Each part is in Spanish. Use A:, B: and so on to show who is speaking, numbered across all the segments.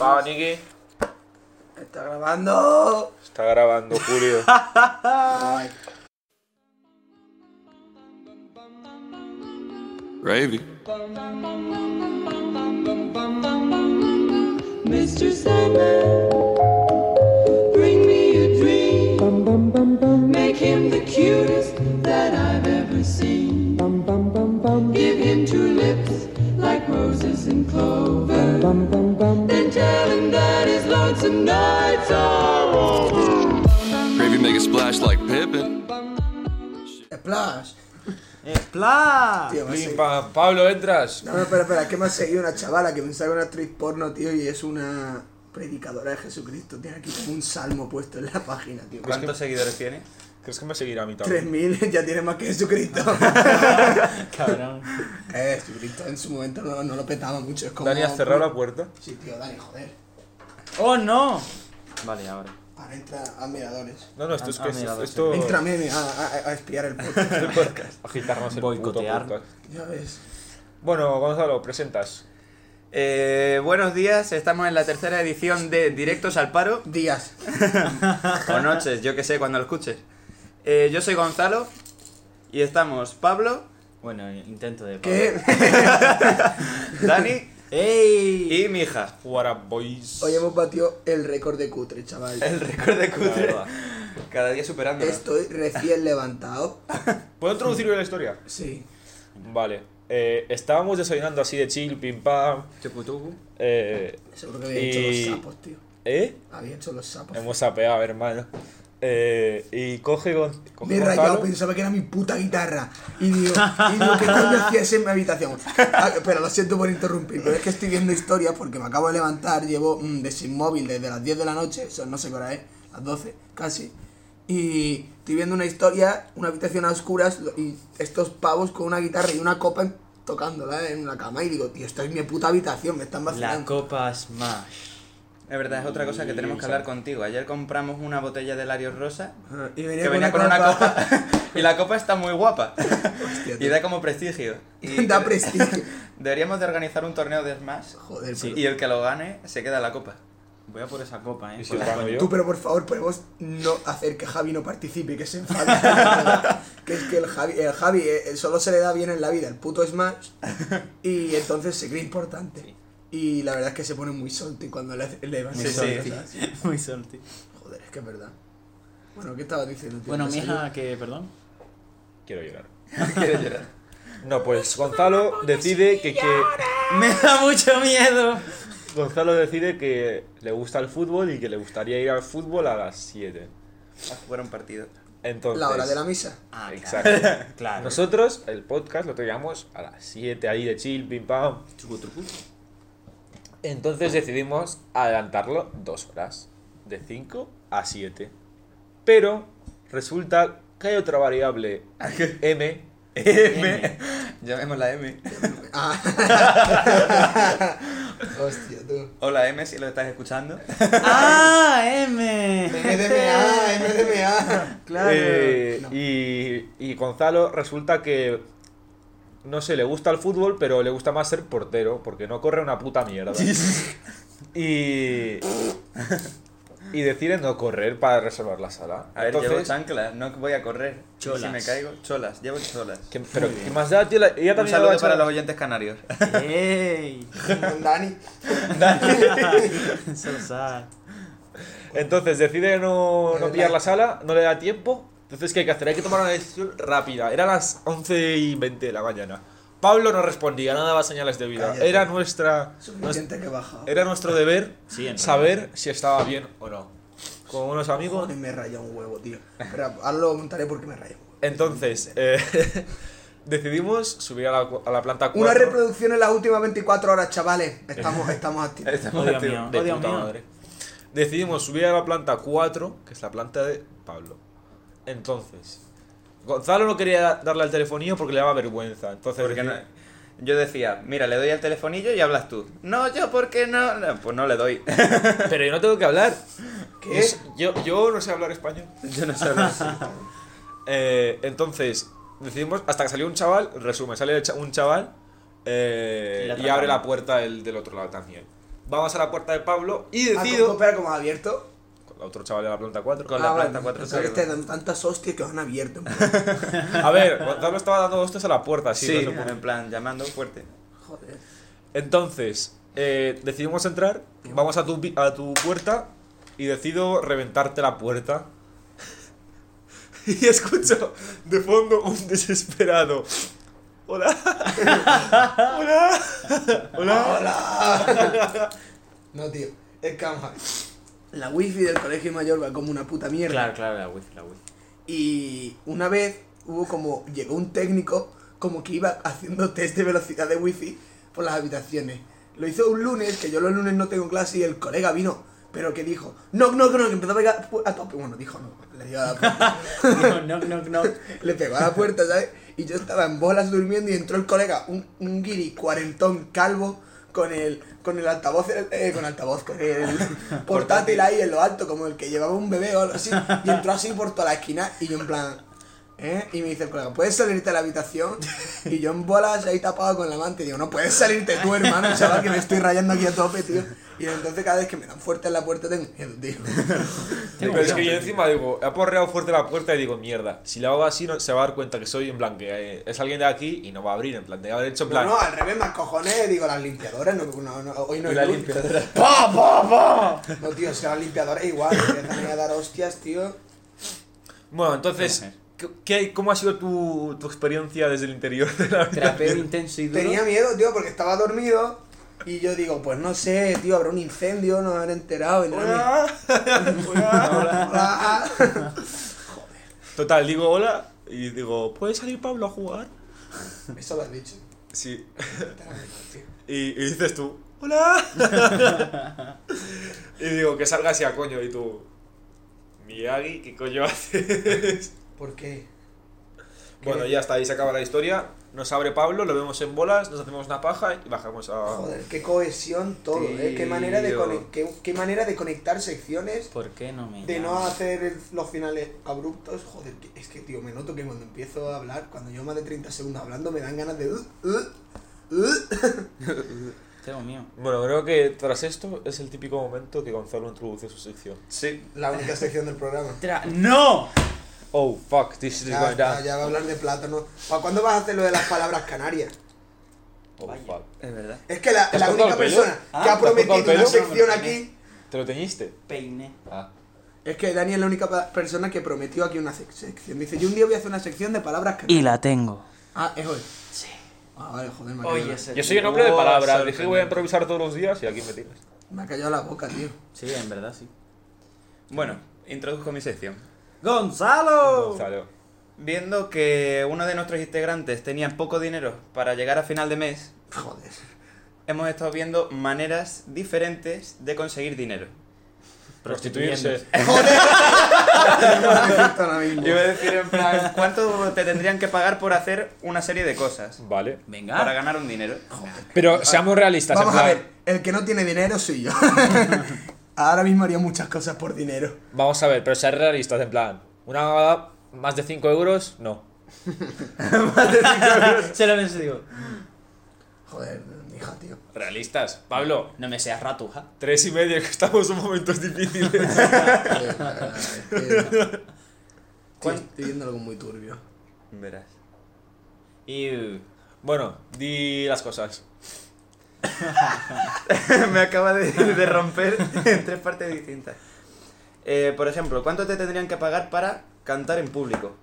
A: Va, Niki.
B: ¡Está grabando!
A: Está grabando, Julio.
B: Ay.
C: Gravy.
D: Mr. Sandman, bring me a dream. Make him the cutest that I've ever seen. Give him two lips like roses and clover. Then tell him that his lonesome nights are over.
C: Gravy make a splash like Pippin.
B: ¡Splash!
E: ¡Pla!
B: Tío, me ha
A: Plim,
B: seguido-
A: pam. Pablo, entras.
B: No, no, espera, espera, es que me ha seguido una chavala que pensaba que era una actriz porno, tío, y es una predicadora de Jesucristo. Tiene aquí como un salmo puesto en la página, tío.
A: ¿Cuántos seguidores tiene? ¿Crees que me seguirá a mí también?
B: 3.000 ya tiene más que Jesucristo.
E: Cabrón.
B: eh, Jesucristo en su momento no, no lo petaba mucho. Es como...
A: Dani, ¿has cerrado la puerta?
B: Sí, tío, Dani, joder.
E: ¡Oh, no! Vale, ahora.
B: Ahora entra admiradores.
A: No, no, esto es
E: Ah,
A: que
E: ah, mira,
A: es-
E: lo
A: esto...
B: pues, Entra meme a, a- a espiar el podcast.
A: el podcast. Agitarnos el
E: Boicotear.
A: puto podcast.
B: ya ves.
A: Bueno, Gonzalo, presentas.
F: Eh, buenos días, estamos en la tercera edición de Directos al Paro,
B: Díaz.
F: o noches, yo que sé, cuando lo escuches. Eh, yo soy Gonzalo y estamos Pablo,
E: Bueno, intento de.
B: ¿Qué?
F: Dani
E: ¡Ey!
F: y mi hija.
A: What up, boys?
B: Hoy hemos batido el récord de cutre, chaval.
F: El récord de cutre. Cada día superando.
B: Estoy recién levantado.
A: ¿Puedo introducir yo la historia?
B: Sí.
A: Vale. Eh, estábamos desayunando así de chill, pim pam. Eh,
B: Seguro que había hecho
A: Y-
B: los sapos, tío.
A: ¿Eh?
B: Había hecho los sapos.
A: Hemos apeado, hermano. Eh, y coge, Gon- coge
B: Me he
A: Gonzalo.
B: rayado, pensaba que era mi puta guitarra. Y digo, y digo ¿qué coño hacías en mi habitación? Ah, pero lo siento por interrumpir, pero es que estoy viendo historias porque me acabo de levantar, llevo mm, desinmóvil desde las 10 de la noche, son no sé qué hora es, las 12 casi. Y estoy viendo una historia, una habitación a oscuras lo- y estos pavos con una guitarra y una copa en- tocándola en una cama. Y digo, tío, esto es mi puta habitación, me están
E: La
B: vacilando.
E: copa Smash.
F: Es verdad, es otra cosa que tenemos que hablar contigo. Ayer compramos una botella de Larios Rosa
B: Ah, Y venía
F: que venía con una copa y la copa está muy guapa
B: Hostia,
F: y da como prestigio. Y
B: da prestigio.
F: Deberíamos de organizar un torneo de Smash
B: Joder,
E: Sí,
B: pero-
F: y el que lo gane se queda la copa.
E: Voy a por esa copa, eh.
A: Y si
E: por
A: lo
E: la
A: gano
E: coña.
A: yo.
B: Tú, pero por favor, podemos no hacer que Javi no participe, que se enfade. que es que el Javi, el Javi eh, solo se le da bien en la vida el puto Smash y entonces se cree importante. Y la verdad es que se pone muy salty cuando le, le van
F: Muy
B: a
F: salty.
E: Muy salty.
B: Joder, es que es verdad. Bueno, ¿qué estabas diciendo? tío?
E: Bueno, mi
B: Desayuno.
E: hija, que. Perdón.
A: Quiero llorar.
F: Quiero llorar.
A: No, pues Gonzalo decide que, que
E: ¡Me da mucho miedo!
A: Gonzalo decide que le gusta el fútbol y que le gustaría ir al fútbol a las 7.
F: a jugar un partido.
A: Entonces,
B: La hora de la misa.
E: Ah,
A: Exacto.
E: claro. claro.
A: Nosotros el podcast lo teníamos a las 7 ahí de chill, pim pam.
E: Truco, truco.
A: Entonces decidimos adelantarlo dos horas, de 5 a 7. Pero resulta que hay otra variable, M,
E: M.
F: Llamémosla M.
B: Ah. Hostia, tú.
F: Hola M, si lo estás escuchando.
E: ¡Ah, M!
B: MDMA, MDMA.
E: Claro.
A: Eh,
B: No.
A: y, y Gonzalo resulta que. No sé, le gusta el fútbol, pero le gusta más ser portero, porque no corre una puta mierda. y. y decide no correr para reservar la sala.
F: A ver, llevo
A: Entonces,
F: chanclas, no voy a correr. Y Si
E: Cholas.
F: me caigo, cholas, llevo cholas.
A: ¿qué- pero ¿qué más da, tío? La- Ella también
F: Un
A: lleva
F: saludo para
A: chanclas.
F: los oyentes canarios.
E: ¡Ey!
B: pues, Dani.
E: So sad.
A: Entonces decide no, no
B: Es verdad.
A: pillar la sala, no le da tiempo. Entonces, ¿qué hay que hacer? Hay que tomar una decisión rápida. Era las 11 y 20 de la mañana. Pablo no respondía, nada daba señales de vida.
B: Cállate.
A: Era nuestra.
B: Suficiente que baja.
A: Era nuestro deber
E: Sí, en
A: saber si estaba bien o no. Como unos amigos.
B: Joder, me raya un huevo, tío. Espera, ahora lo montaré porque me raya un huevo.
A: Entonces, eh, decidimos subir a la, cu- a la planta 4.
B: Una reproducción en las últimas 24 horas, chavales. Estamos, estamos Ah, activos.
E: Oh, Dios mío.
A: de
E: Oh, Dios
A: puta
E: mío.
A: madre. Decidimos subir a la planta 4, que es la planta de Pablo. Entonces, Gonzalo no quería darle al telefonillo porque le daba vergüenza. Entonces,
F: Porque no-
A: decid-
F: yo decía, mira, le doy al telefonillo y hablas tú. No, yo porque no. No, Pues no le doy.
A: pero yo no tengo que hablar.
B: ¿Qué?
A: Es- Yo, yo no sé hablar español.
F: yo no sé hablar así.
A: Eh, entonces, decidimos, hasta que salió un chaval, resumen, sale el cha- un chaval eh,
E: Y la
A: y abre
E: atrapan.
A: la puerta del, del otro lado también. vamos a la puerta de Pablo y
B: Ah,
A: decido.
B: ¿cómo- espera, ¿cómo ha abierto?
A: Con la otro chaval de la planta 4.
F: Con la
B: Ah,
F: planta
B: vale,
F: cuatro,
B: pensaba que
F: seguro.
B: te dan tantas hostias que os han abierto.
A: A ver, Gonzalo estaba dando hostes a la puerta, así.
F: Sí,
A: no sé por-
F: en plan, llamando fuerte.
B: Joder.
A: Entonces, eh, decidimos entrar, vamos a tu, vi- a tu puerta y decido reventarte la puerta. Y escucho de fondo un desesperado. Hola. Hola. Hola.
B: No, tío. Es que vamos a ver. La wifi del colegio mayor va como una puta mierda.
F: Claro, claro, la wifi, la wifi.
B: Y una vez hubo como. Llegó un técnico como que iba haciendo test de velocidad de wifi por las habitaciones. Lo hizo un lunes, que yo los lunes no tengo clase y el colega vino, pero que dijo, no, no, no, que empezó a pegar pu- a tope. Bueno, dijo no, le dio a la puerta.
E: No, no, no, no.
B: le pegó a la puerta, ¿sabes? Y yo estaba en bolas durmiendo y entró el colega, un, un guiri cuarentón calvo, con el, con el altavoz, eh, con altavoz, con el portátil ahí en lo alto, como el que llevaba un bebé o algo así, y entró así por toda la esquina y yo en plan... ¿Eh? Y me dice el colega, ¿puedes salirte de la habitación? Y yo en bolas ahí tapado con la manta y digo, no puedes salirte tú, hermano, chaval, que me estoy rayando aquí a tope, tío. Y entonces cada vez que me dan fuerte en la puerta tengo miedo, tío.
A: Pero es que yo encima digo, he aporreado fuerte la puerta y digo, mierda, si la hago así no, se va a dar cuenta que soy en plan que eh, es alguien de aquí y no va a abrir, en plan, de haber hecho en
B: No,
A: plan.
B: no, al revés, más cojones, digo, las limpiadoras, no, no, no, hoy no
A: Y la
B: luz.
A: limpiadora.
B: ¡Pa, pa, pa! No, tío, si las limpiadoras e igual, empiezan ahí a dar hostias, tío.
A: Bueno, entonces, ¿qué- qué- ¿cómo ha sido tu, tu experiencia desde el interior de la habitación?
E: Trapeo intenso y duro.
B: Tenía miedo, tío, porque estaba dormido y yo digo, pues no sé, tío, habrá un incendio, no habrán enterado. Y no
A: Hola.
B: Ah,
A: Total, digo hola y digo, ¿puede salir Pablo a jugar?
B: Eso lo has dicho.
A: Sí.
B: Te lo digo, tío.
A: Y, y dices tú, ¡Hola! y digo, que salga así a coño. Y tú, Miyagi, ¿qué coño haces?
B: ¿Por qué?
A: bueno, ya está, ahí se acaba la historia. Nos abre Pablo, lo vemos en bolas, nos hacemos una paja y bajamos a.
B: Joder, qué cohesión todo, ¿eh? Qué manera, de
F: Tío.
B: conec- qué- qué manera de conectar secciones
E: ¿Por qué no me
B: De no
E: llamas?
B: hacer el- los finales abruptos, joder, que- es que tío, me noto que cuando empiezo a hablar, cuando llevo más de 30 segundos hablando, me dan ganas de. uh, uh, uh.
E: Tengo mío.
A: Bueno, creo que tras esto es el típico momento que Gonzalo introduce su sección.
F: Sí.
B: La única sección del programa.
E: ¡No!
A: Oh, fuck, this is
B: Ya,
A: going
B: pues, ya,
A: down.
B: ya va a hablar de plátano. ¿Para cuándo vas a hacer lo de las palabras canarias?
A: Oh, fuck.
B: Eh.
F: Es verdad.
B: Es que la,
A: ¿Te has
B: la
A: cortado
B: única
A: el pelo?
B: persona
E: Ah,
B: que
E: ¿te
B: ha
E: has
B: prometido
A: cortado el
B: una
A: pelo?
B: sección
E: No, no,
B: aquí.
A: ¿Te lo teñiste?
E: Peine.
A: Ah.
B: Es que Dani es la única pa- persona que prometió aquí una sec- sección. Dice, yo un día voy a hacer una sección de palabras canarias.
E: Y la tengo.
B: Ah, es hoy.
E: Sí.
B: Ah, vale, joder, me ha callado,
E: Oye,
A: Yo soy un hombre de palabras, dije que voy a improvisar todos los días y aquí me tienes.
B: me ha callado la boca, tío.
E: Sí, en verdad sí.
F: Bueno, introduzco mi sección.
E: ¡Gonzalo!
A: Gonzalo.
F: Viendo que uno de nuestros integrantes tenía poco dinero para llegar a final de mes,
B: Joder.
F: hemos estado viendo maneras diferentes de conseguir dinero.
A: Prostituirse.
B: Ahora mismo.
F: Yo iba a decir en plan, ¿cuánto te tendrían que pagar por hacer una serie de cosas?
A: Vale.
E: Venga.
F: Para ganar un dinero.
A: Pero seamos realistas.
B: Vamos
A: en
B: a
A: plan,
B: ver, el que no tiene dinero soy yo. Ahora mismo haría muchas cosas por dinero.
A: Vamos a ver, pero ser realistas, en plan. Una mamada más de 5 euros, no.
E: Se lo pensé, digo.
B: Joder, hija, tío.
A: Realistas. Pablo,
E: No me seas ratuja.
A: tres y medio, que estamos en momentos difíciles.
B: Joder, la verdad, es que- Tío,
F: ¿Cuán-
B: Estoy viendo algo muy turbio.
F: Verás.
E: Y.
A: bueno, di las cosas.
F: Me acaba de, de romper en tres partes distintas. Eh, por ejemplo, ¿cuánto te tendrían que pagar para cantar en público?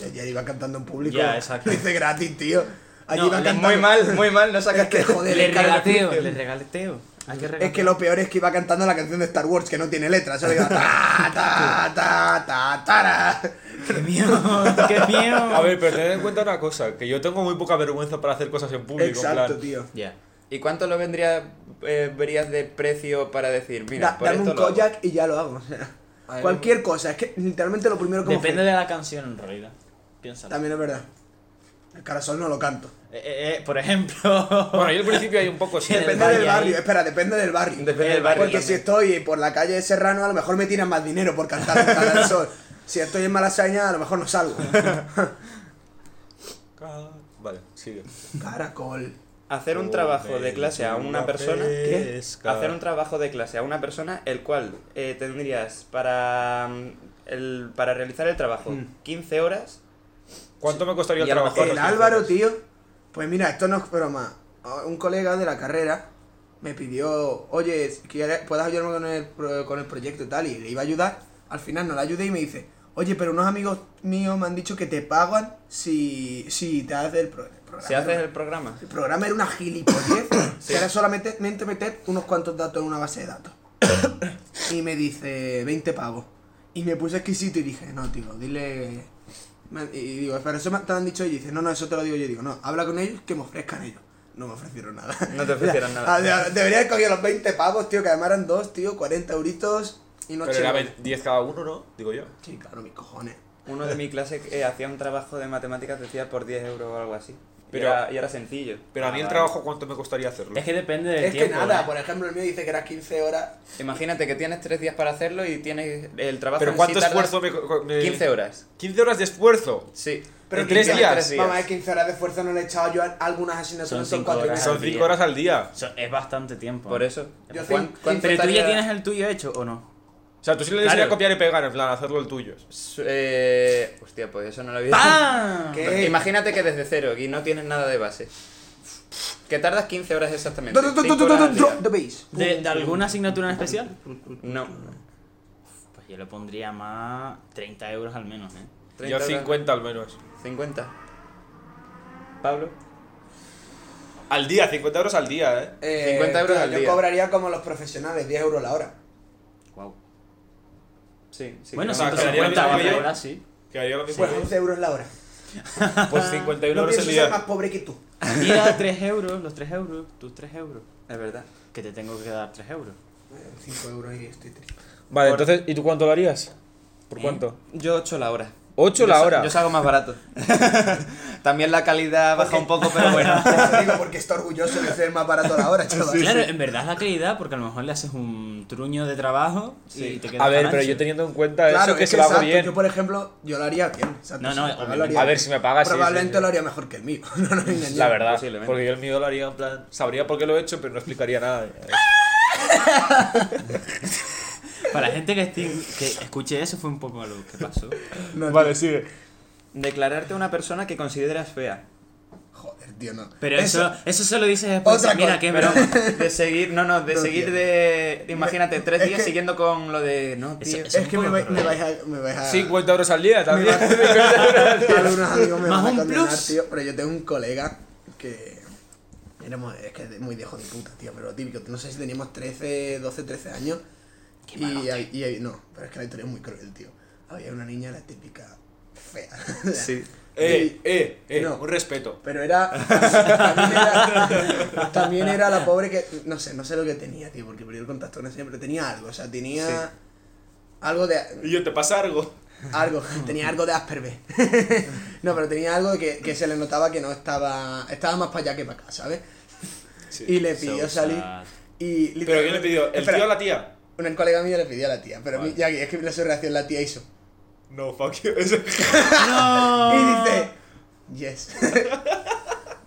B: Ya, ya iba cantando en público.
E: Ya, exacto.
B: Lo hice gratis, tío. Allí
E: No,
B: iba
E: le-
B: cantando.
F: Muy mal, muy mal, no
B: Es
F: sacaste.
B: que, joder,
E: Le
B: es que-
E: regateo, le regaleteo. Hay que
B: Es que lo peor es que iba cantando la canción de Star Wars, que no tiene letra, ¿sabes? Iba, ta, ta, ta, ta, tara.
E: ¡Qué miedo! ¡Qué miedo!
A: A ver, pero tened en cuenta una cosa, que yo tengo muy poca vergüenza para hacer cosas en público.
B: Exacto,
A: en plan,
B: tío.
E: Ya.
F: ¿Y cuánto lo vendría, eh, verías de precio para decir, mira,
B: Da-
F: por
B: dame
F: esto
B: un
F: lo hago?
B: koyak y ya lo hago. o sea,
F: Ay,
B: cualquier cosa, es que literalmente lo primero que me
E: Depende de la canción en realidad. Piénsalo.
B: También es verdad. El carasol no lo canto.
E: Eh, eh, eh, por ejemplo.
A: Bueno, yo al principio hay un poco sí.
E: En el
B: Depende
E: valle
B: del barrio,
E: ahí.
B: espera, depende del barrio.
F: Depende del barrio
B: Porque
F: también.
B: si estoy por la calle de Serrano, a lo mejor me tiran más dinero por cantar el carasol. si estoy en Malasaña, a lo mejor no salgo.
A: Vale, sigue.
B: Caracol.
F: hacer un trabajo de clase a una persona. Hacer un trabajo de clase a una persona, el cual eh, tendrías para, mm, el, para realizar el trabajo 15 horas.
A: ¿Cuánto me costaría
F: Y a lo
A: trabajar?
F: mejor
B: El Álvaro, tío. Pues mira, esto no es broma. Un colega de la carrera me pidió, oye, ¿quieres- ¿puedes ayudarme con el, pro- con el proyecto y tal? Y le iba a ayudar. Al final no le ayudé y me dice, oye, pero unos amigos míos me han dicho que te pagan si, si te haces el, pro- el programa.
F: Si haces el programa.
B: El programa era una gilipollez. que Era solamente mente meter unos cuantos datos en una base de datos. y me dice 20 pavos. Y me puse exquisito y dije, no, tío, dile. me- Y digo, pero eso me te lo han dicho ellos. Y dice, no, no, eso te lo digo yo. Y digo, no, habla con ellos que me ofrezcan ellos. No me ofrecieron nada.
F: No te ofrecieron nada.
B: Ah, de- Debería haber cogido los 20 pavos, tío, que además eran dos, tío, 40 euritos y no
A: Pero era 10 cada uno, ¿no? Digo yo.
B: Sí, claro, mis cojones.
F: Uno de mi clase eh, hacía un trabajo de matemáticas, decía por 10 euros o algo así.
A: Pero-
F: Pero, y, era, y era sencillo.
A: Pero a mí el
F: Ah,
A: trabajo, ¿cuánto me costaría hacerlo?
E: Es que depende del
B: Es que
E: tiempo.
B: nada, pues.
E: ¿eh?
B: por ejemplo, el mío dice que era 15 horas.
F: Imagínate que tienes tres días para hacerlo y tienes el trabajo.
A: Pero
F: en sí
A: ¿cuánto
F: tardas
A: esfuerzo me, co- me-
F: 15 horas.
A: 15 horas de esfuerzo.
F: Sí.
A: Pero
E: Este
F: En
A: tres días.
B: Mamá, es 15 horas de esfuerzo no le he echado yo a algunas asignaturas,
E: Son
B: son
E: cinco
B: 4
E: horas.
A: Son
E: Al
A: 5
E: día.
A: horas al día.
E: Eso es bastante tiempo.
F: Por
E: ¿eh?
F: eso.
B: Yo
F: ¿Cuán-
B: cinco-
F: cuánto
E: Pero tú ya
F: tarda-
E: tienes el tuyo hecho o no?
A: O sea, tú sí le dices
E: Claro.
A: a copiar y pegar, en plan, hacerlo el tuyo.
F: Su- Eh, hostia, pues eso no lo había
A: ¡Ah!
E: ¡Pam!
B: ¿Qué?
F: Pero Imagínate que desde cero y no tienes nada de base. Que tardas 15 horas exactamente. cinco horas al día.
B: Drop the bass.
E: ¿De, de alguna asignatura en especial?
F: No.
E: Pues yo le pondría más 30 euros al menos, ¿eh?
F: 30
A: Yo
F: horas.
A: 50 al menos.
F: 50. Pablo.
A: Al día, 50 euros al día, ¿eh?
B: Eh,
F: 50 euros
B: tío,
F: al
B: yo
F: día.
B: cobraría como los profesionales, 10 euros la hora.
E: Wow.
F: Sí, sí.
E: Bueno,
F: creo.
A: sí, claro,
E: 150
A: claro,
E: euros
A: claro.
E: ahora sí.
A: Que haría lo mismo.
B: Bueno, 11 euros la hora.
A: Pues 51
B: No
A: euros
B: pienso
A: al
B: ser más
A: día.
B: pobre que tú.
E: Mira, 3 euros, los 3 euros, tus 3 euros.
F: Es verdad.
E: Que te tengo que dar 3 euros.
B: 5 euros y estoy triste.
A: Vale, entonces, ¿y tú cuánto lo harías? ¿Por
E: ¿Eh?
A: cuánto?
F: Yo 8 la hora.
A: 8
F: Yo
A: la
F: sa-
A: hora.
F: Yo salgo más barato. También la calidad baja
B: Porque-
F: un poco, pero bueno.
B: Te digo porque estoy orgulloso de ser más barato la hora, chaval.
E: claro, en verdad es la calidad, porque a lo mejor le haces un truño de trabajo y te quedas
A: A ver,
E: tan
A: pero
E: ancho.
A: yo teniendo en cuenta
B: Claro,
A: eso, que
B: es
A: se lo hago
B: exacto,
A: bien.
B: Yo, por ejemplo, yo lo haría bien. exacto,
E: No,
B: si
E: no,
B: me pagan, lo
E: obviamente.
B: haría
A: A ver,
B: bien.
A: si me pagas, sí,
B: Probablemente
A: sí, sí.
B: lo haría mejor que el mío. No nos engañemos.
A: La verdad,
F: Posiblemente.
A: porque yo el mío lo haría en plan, sabría por qué lo he hecho, pero no explicaría nada.
E: Para la gente que, esté- que escuche eso fue un poco lo que pasó.
B: No, tío.
A: sigue.
F: Declararte una persona que consideras fea.
B: Joder, tío, no.
E: Pero eso, eso, se lo dices después.
B: Otra
E: Mira,
B: cosa,
E: qué
F: Pero
E: broma.
F: de seguir, no, no, de
B: No
F: seguir
B: quiero.
F: de. Imagínate, tres
B: Es
F: días
B: que-
F: siguiendo con lo de. No, tío.
E: eso-
B: Es que me, vais- me vais a. Me vais a
A: 50 euros al día
B: Me
A: también.
B: van a- algunos amigos me
E: Más
B: van a
E: un
B: condenar,
E: plus.
B: tío, pero yo tengo un colega que éramos es que es muy viejo de puta, tío, pero lo típico, no sé si teníamos 13, 12, 13 años y, hay- y hay- no, pero es que la historia es muy cruel, tío. Había una niña la típica fea.
F: Sí.
A: eh, eh, eh,
B: No.
A: un respeto.
B: Pero era también, era. también era la pobre que. No sé, no sé lo que tenía, tío, porque perdió el contacto no sé, pero tenía algo, o sea, tenía.
F: Sí.
B: Algo de.
A: Y yo, ¿te pasa algo?
B: Algo,
A: Mm.
B: tenía algo de Asperger. no, pero tenía algo que, que se le notaba que no estaba. Estaba más para allá que para acá, ¿sabes?
A: Sí.
B: Y le pidió
E: So
B: salir.
E: sad.
B: Y
A: Pero ¿quién le pidió? ¿El
B: Espera,
A: tío o la tía?
B: Un colega mío le pidió a la tía, pero a mí-
E: Vale.
B: ya que- es que la su reacción la tía hizo.
A: No, fuck you. Eso-
E: ¡No!
B: Y dice, yes.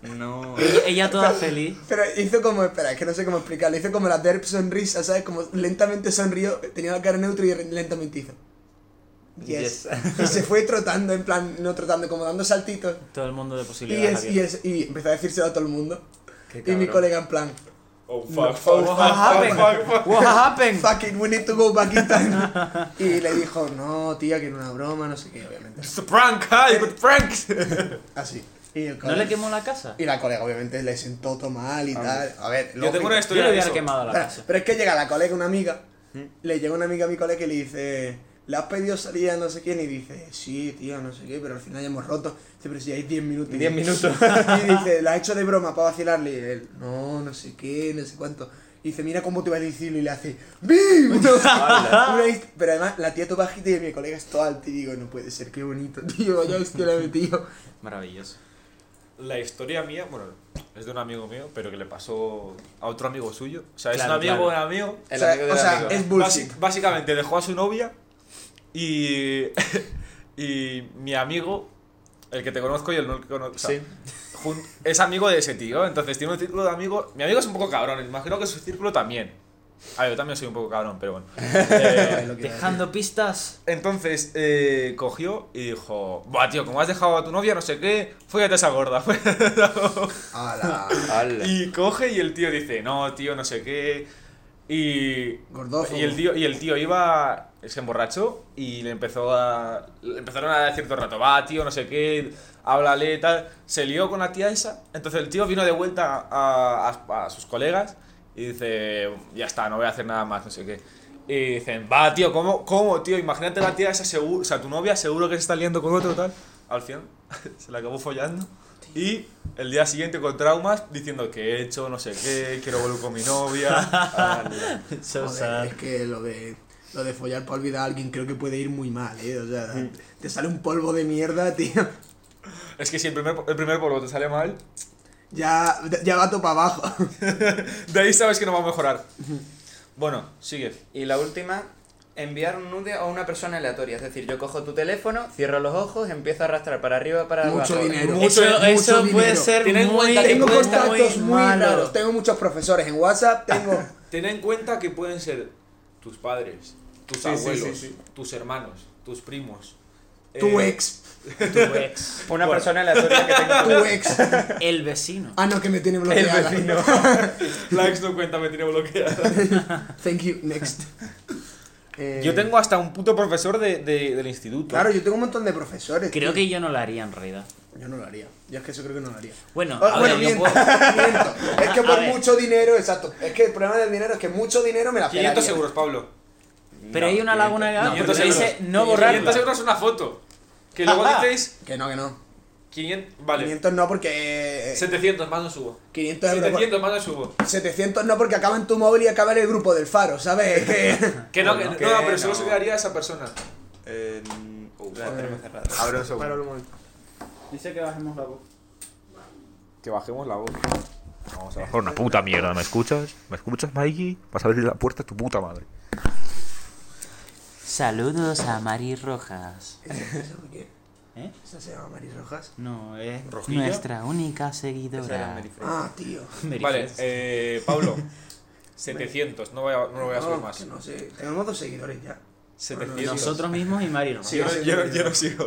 F: No.
E: Y Ella toda feliz.
B: pero hizo como, espera, es que no sé cómo explicarlo, hizo como la derp sonrisa, ¿sabes? Como lentamente sonrió, tenía la cara neutra y lentamente hizo. Yes.
F: Yes.
B: y se fue trotando, en plan, no trotando, como dando saltitos.
E: Todo el mundo de
B: Y,
E: posibilidades.
B: es- y,
E: abiertas.
B: es- y empezó a decírselo a todo el mundo.
F: Qué
B: Y mi
F: cabrón.
B: colega en plan,
A: Oh, fuck,
B: No,
A: fuck,
B: oh,
A: fuck,
B: what
A: fuck, fuck, fuck.
F: What happened?
B: fucking, we need to go back in time. y le dijo, no, tía, que era una broma, no sé qué, obviamente.
A: It's a prank, hi, good pranks.
B: Así. Y, el
E: ¿No
B: colega-
E: le quemó la casa?
B: y la colega, obviamente, le sentó todo mal y tal. A ver,
A: Yo tengo una
B: lógico.
E: Yo le
A: historia de
E: hubiera
A: eso.
E: quemado la
B: Espera,
E: casa. ¿Mm?
B: pero es que llega la colega, una amiga, le llega una amiga a mi colega y le dice, ¿le has pedido salida a no sé quién? Y dice, sí, tío, no sé qué, pero al final ya hemos roto. Dice, pero si hay 10 minutos.
F: 10 minutos.
B: Y dice, ¿la has hecho de broma para vacilarle? Y él, no, no sé qué, no sé cuánto. Y dice, mira cómo te va a decirlo. Y le hace, ¡Bim! Una hist- pero además, la tía todo bajita y mi colega es todo alto. Y digo, no puede ser, qué bonito, tío, vaya hostia le he metido.
E: Maravilloso.
A: La historia mía, bueno, es de un amigo mío, pero que le pasó a otro amigo suyo. O sea, es
E: Claro,
A: un amigo
E: claro.
A: de un amigo.
F: El
B: o sea,
F: amigo del
B: o sea,
F: amigo.
B: es
A: Basi-
B: bullshit.
A: básicamente dejó a su novia y. y mi amigo, el que te conozco y el no el que conozco.
F: Sí.
A: jun- es amigo de ese tío, entonces tiene un círculo de amigos. Mi amigo es un poco cabrón, imagino que su círculo también. A ver, yo también soy un poco cabrón, pero bueno. Eh,
B: Lo que iba a decir.
E: Dejando pistas.
A: entonces eh, cogió y dijo: Buah, tío, como has dejado a tu novia, no sé qué, fíjate esa gorda. fóllate a esa gorda".
B: Ala.
F: Ala.
A: y coge y el tío dice: No, tío, no sé qué. Y.
B: Gordófobo.
A: Y el tío, y el tío iba. Se emborrachó y le empezó a. le empezaron a decir todo el rato, va, tío, no sé qué, háblale, tal. Se lió con la tía esa. Entonces el tío vino de vuelta a, a- a sus colegas y dice, ya está, no voy a hacer nada más, no sé qué. Y dicen, va, tío, ¿cómo, cómo tío? Imagínate la tía esa, seguro, o sea, tu novia seguro que se está liando con otro, tal. Al final se la acabó follando. Y el día siguiente con traumas diciendo que he hecho, no sé qué, quiero volver con mi novia.
E: So
B: Joder,
E: sad.
B: es que lo de lo de follar para olvidar a alguien creo que puede ir muy mal, eh. O sea, te sale un polvo de mierda, tío.
A: Es que si el primer, el primer polvo te sale mal,
B: Ya, ya va todo para abajo.
A: de ahí sabes que no va a mejorar. Bueno, sigue.
F: Y la última, enviar un nude a una persona aleatoria. Es decir, yo cojo tu teléfono, cierro los ojos, empiezo a arrastrar para arriba, para abajo.
B: Mucho dinero.
E: Eso,
B: mucho
E: eso puede
B: dinero.
E: ser
A: Ten en
E: muy,
A: cuenta que
B: Tengo
E: muy,
A: cuesta
B: contactos
E: muy
B: muy
E: malo.
B: raros. Tengo muchos profesores en WhatsApp. Tengo.
A: Ten en cuenta que pueden ser tus padres, tus
F: Sí, sí,
A: abuelos,
F: sí, sí.
A: tus hermanos, tus primos.
B: Tu
A: eh,
B: ex.
E: Tu ex,
F: Una
A: Bueno.
F: persona aleatoria que tenga
B: Tu ex.
E: el vecino.
B: Ah, no, que me tiene bloqueada.
A: La ex no cuenta, me tiene bloqueada.
B: Thank you, next. Eh,
A: Yo tengo hasta un puto profesor de, de- del instituto.
B: Claro, yo tengo un montón de profesores.
E: Creo
B: tío.
E: que yo no lo haría en realidad.
B: Yo no lo haría. Yo es que eso creo que no lo haría.
E: Bueno,
B: Ah,
E: a
B: bueno,
E: ver, yo
B: miento,
E: puedo-
B: miento. Es que
E: A
B: por
E: ver.
B: mucho dinero, exacto. Es que el problema del dinero es que mucho dinero me la
A: 500
B: pelaría.
A: euros, Pablo.
E: Pero hay una laguna de
A: No,
E: agua porque
A: 500
E: dice
A: euros.
E: no
A: 500
E: borrarla.
A: euros una foto. Que luego
E: Ajá.
A: dices
B: Que no, que no.
A: 500, vale.
B: 500 no porque...
A: 700 más no subo.
B: 500 euros.
A: 700 más no subo.
B: 700 no porque acaba en tu móvil y acaba en el grupo del faro, ¿sabes? Que-
A: Que no,
F: Bueno,
A: que, no,
F: que
A: pero solo
F: no.
A: se quedaría esa persona.
F: Eh, uh, la tenemos cerrada.
A: Abre un segundo.
B: Páralo un momento.
E: Dice que bajemos la voz.
A: Que bajemos la voz. Vamos a bajar.
G: Una puta mierda, ¿me escuchas? ¿Me escuchas, Mikey? Vas a abrir la puerta a tu puta madre.
E: Saludos a Mari Rojas.
B: ¿Eso por qué?
E: ¿Eh?
B: ¿Esa se llama Maris Rojas?
E: No, es
A: ¿Rojilla?
E: nuestra única
F: Esa era
E: seguidora.
F: Mary Fred.
B: Ah, tío.
E: Mary
A: Vale,
E: Fred.
A: eh, Pablo. 700, no, voy a, no lo voy a subir
B: No,
A: más.
B: que no sé. Tenemos dos seguidores ya.
A: 700.
E: Nosotros mismos y Mari Rojas.
A: Sí, yo, yo- yo no- yo no sigo.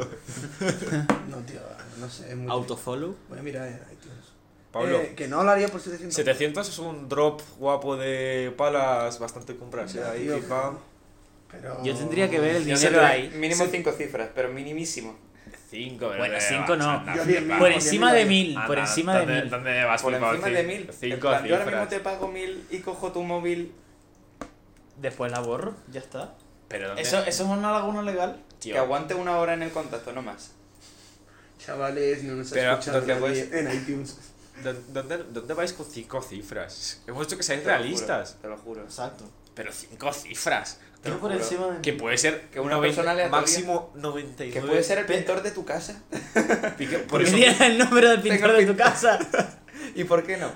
B: No, tío, no sé. Es muy
E: Autofollow.
B: Voy a mirar en iTunes.
A: Pablo.
B: Eh, que no lo haría por 700.
A: 700 es un drop guapo de palas bastante compras. ¿eh?
B: Ya,
A: Ahí,
B: tío,
A: pim, pam.
B: Pero...
E: Yo tendría que ver el
F: Yo sé
E: dinero
F: que
E: ahí.
F: Mínimo cinco cifras, pero minimísimo.
A: 5,
E: Bueno, 5 no.
B: Yo diez mil,
E: Por
B: diez
E: encima
B: mil
E: de
B: ahí.
E: mil. Por encima de mil.
A: Ah, ¿Dónde vas,
F: Por encima de mil. en
A: 5
F: plan, yo ahora mismo te pago mil y cojo tu móvil.
E: Después la borro. Ya está.
A: Pero ¿dónde?
E: ¿Eso, eso es una laguna legal?
F: Que
A: tío,
F: aguante una hora en el contacto, no más.
B: Chavales, no nos
A: Pero,
B: ha escuchado
A: entonces,
B: nadie en iTunes.
A: ¿dó- ¿dónde, ¿dónde vais con 5 cifras? Hemos dicho que seáis
F: Te lo juro,
A: realistas.
F: Te lo juro.
E: Exacto.
A: Pero 5 cifras.
E: Yo
F: lo
E: por
F: juro.
E: encima de
A: Que
E: mil.
A: puede ser
F: Que una
A: 90,
F: persona aleatoria-
A: máximo 99.
F: Que puede ser el pintor de tu casa.
A: Pique- Por
E: Por
A: eso,
E: el número del pintor de tu casa.
F: ¿Y por qué no?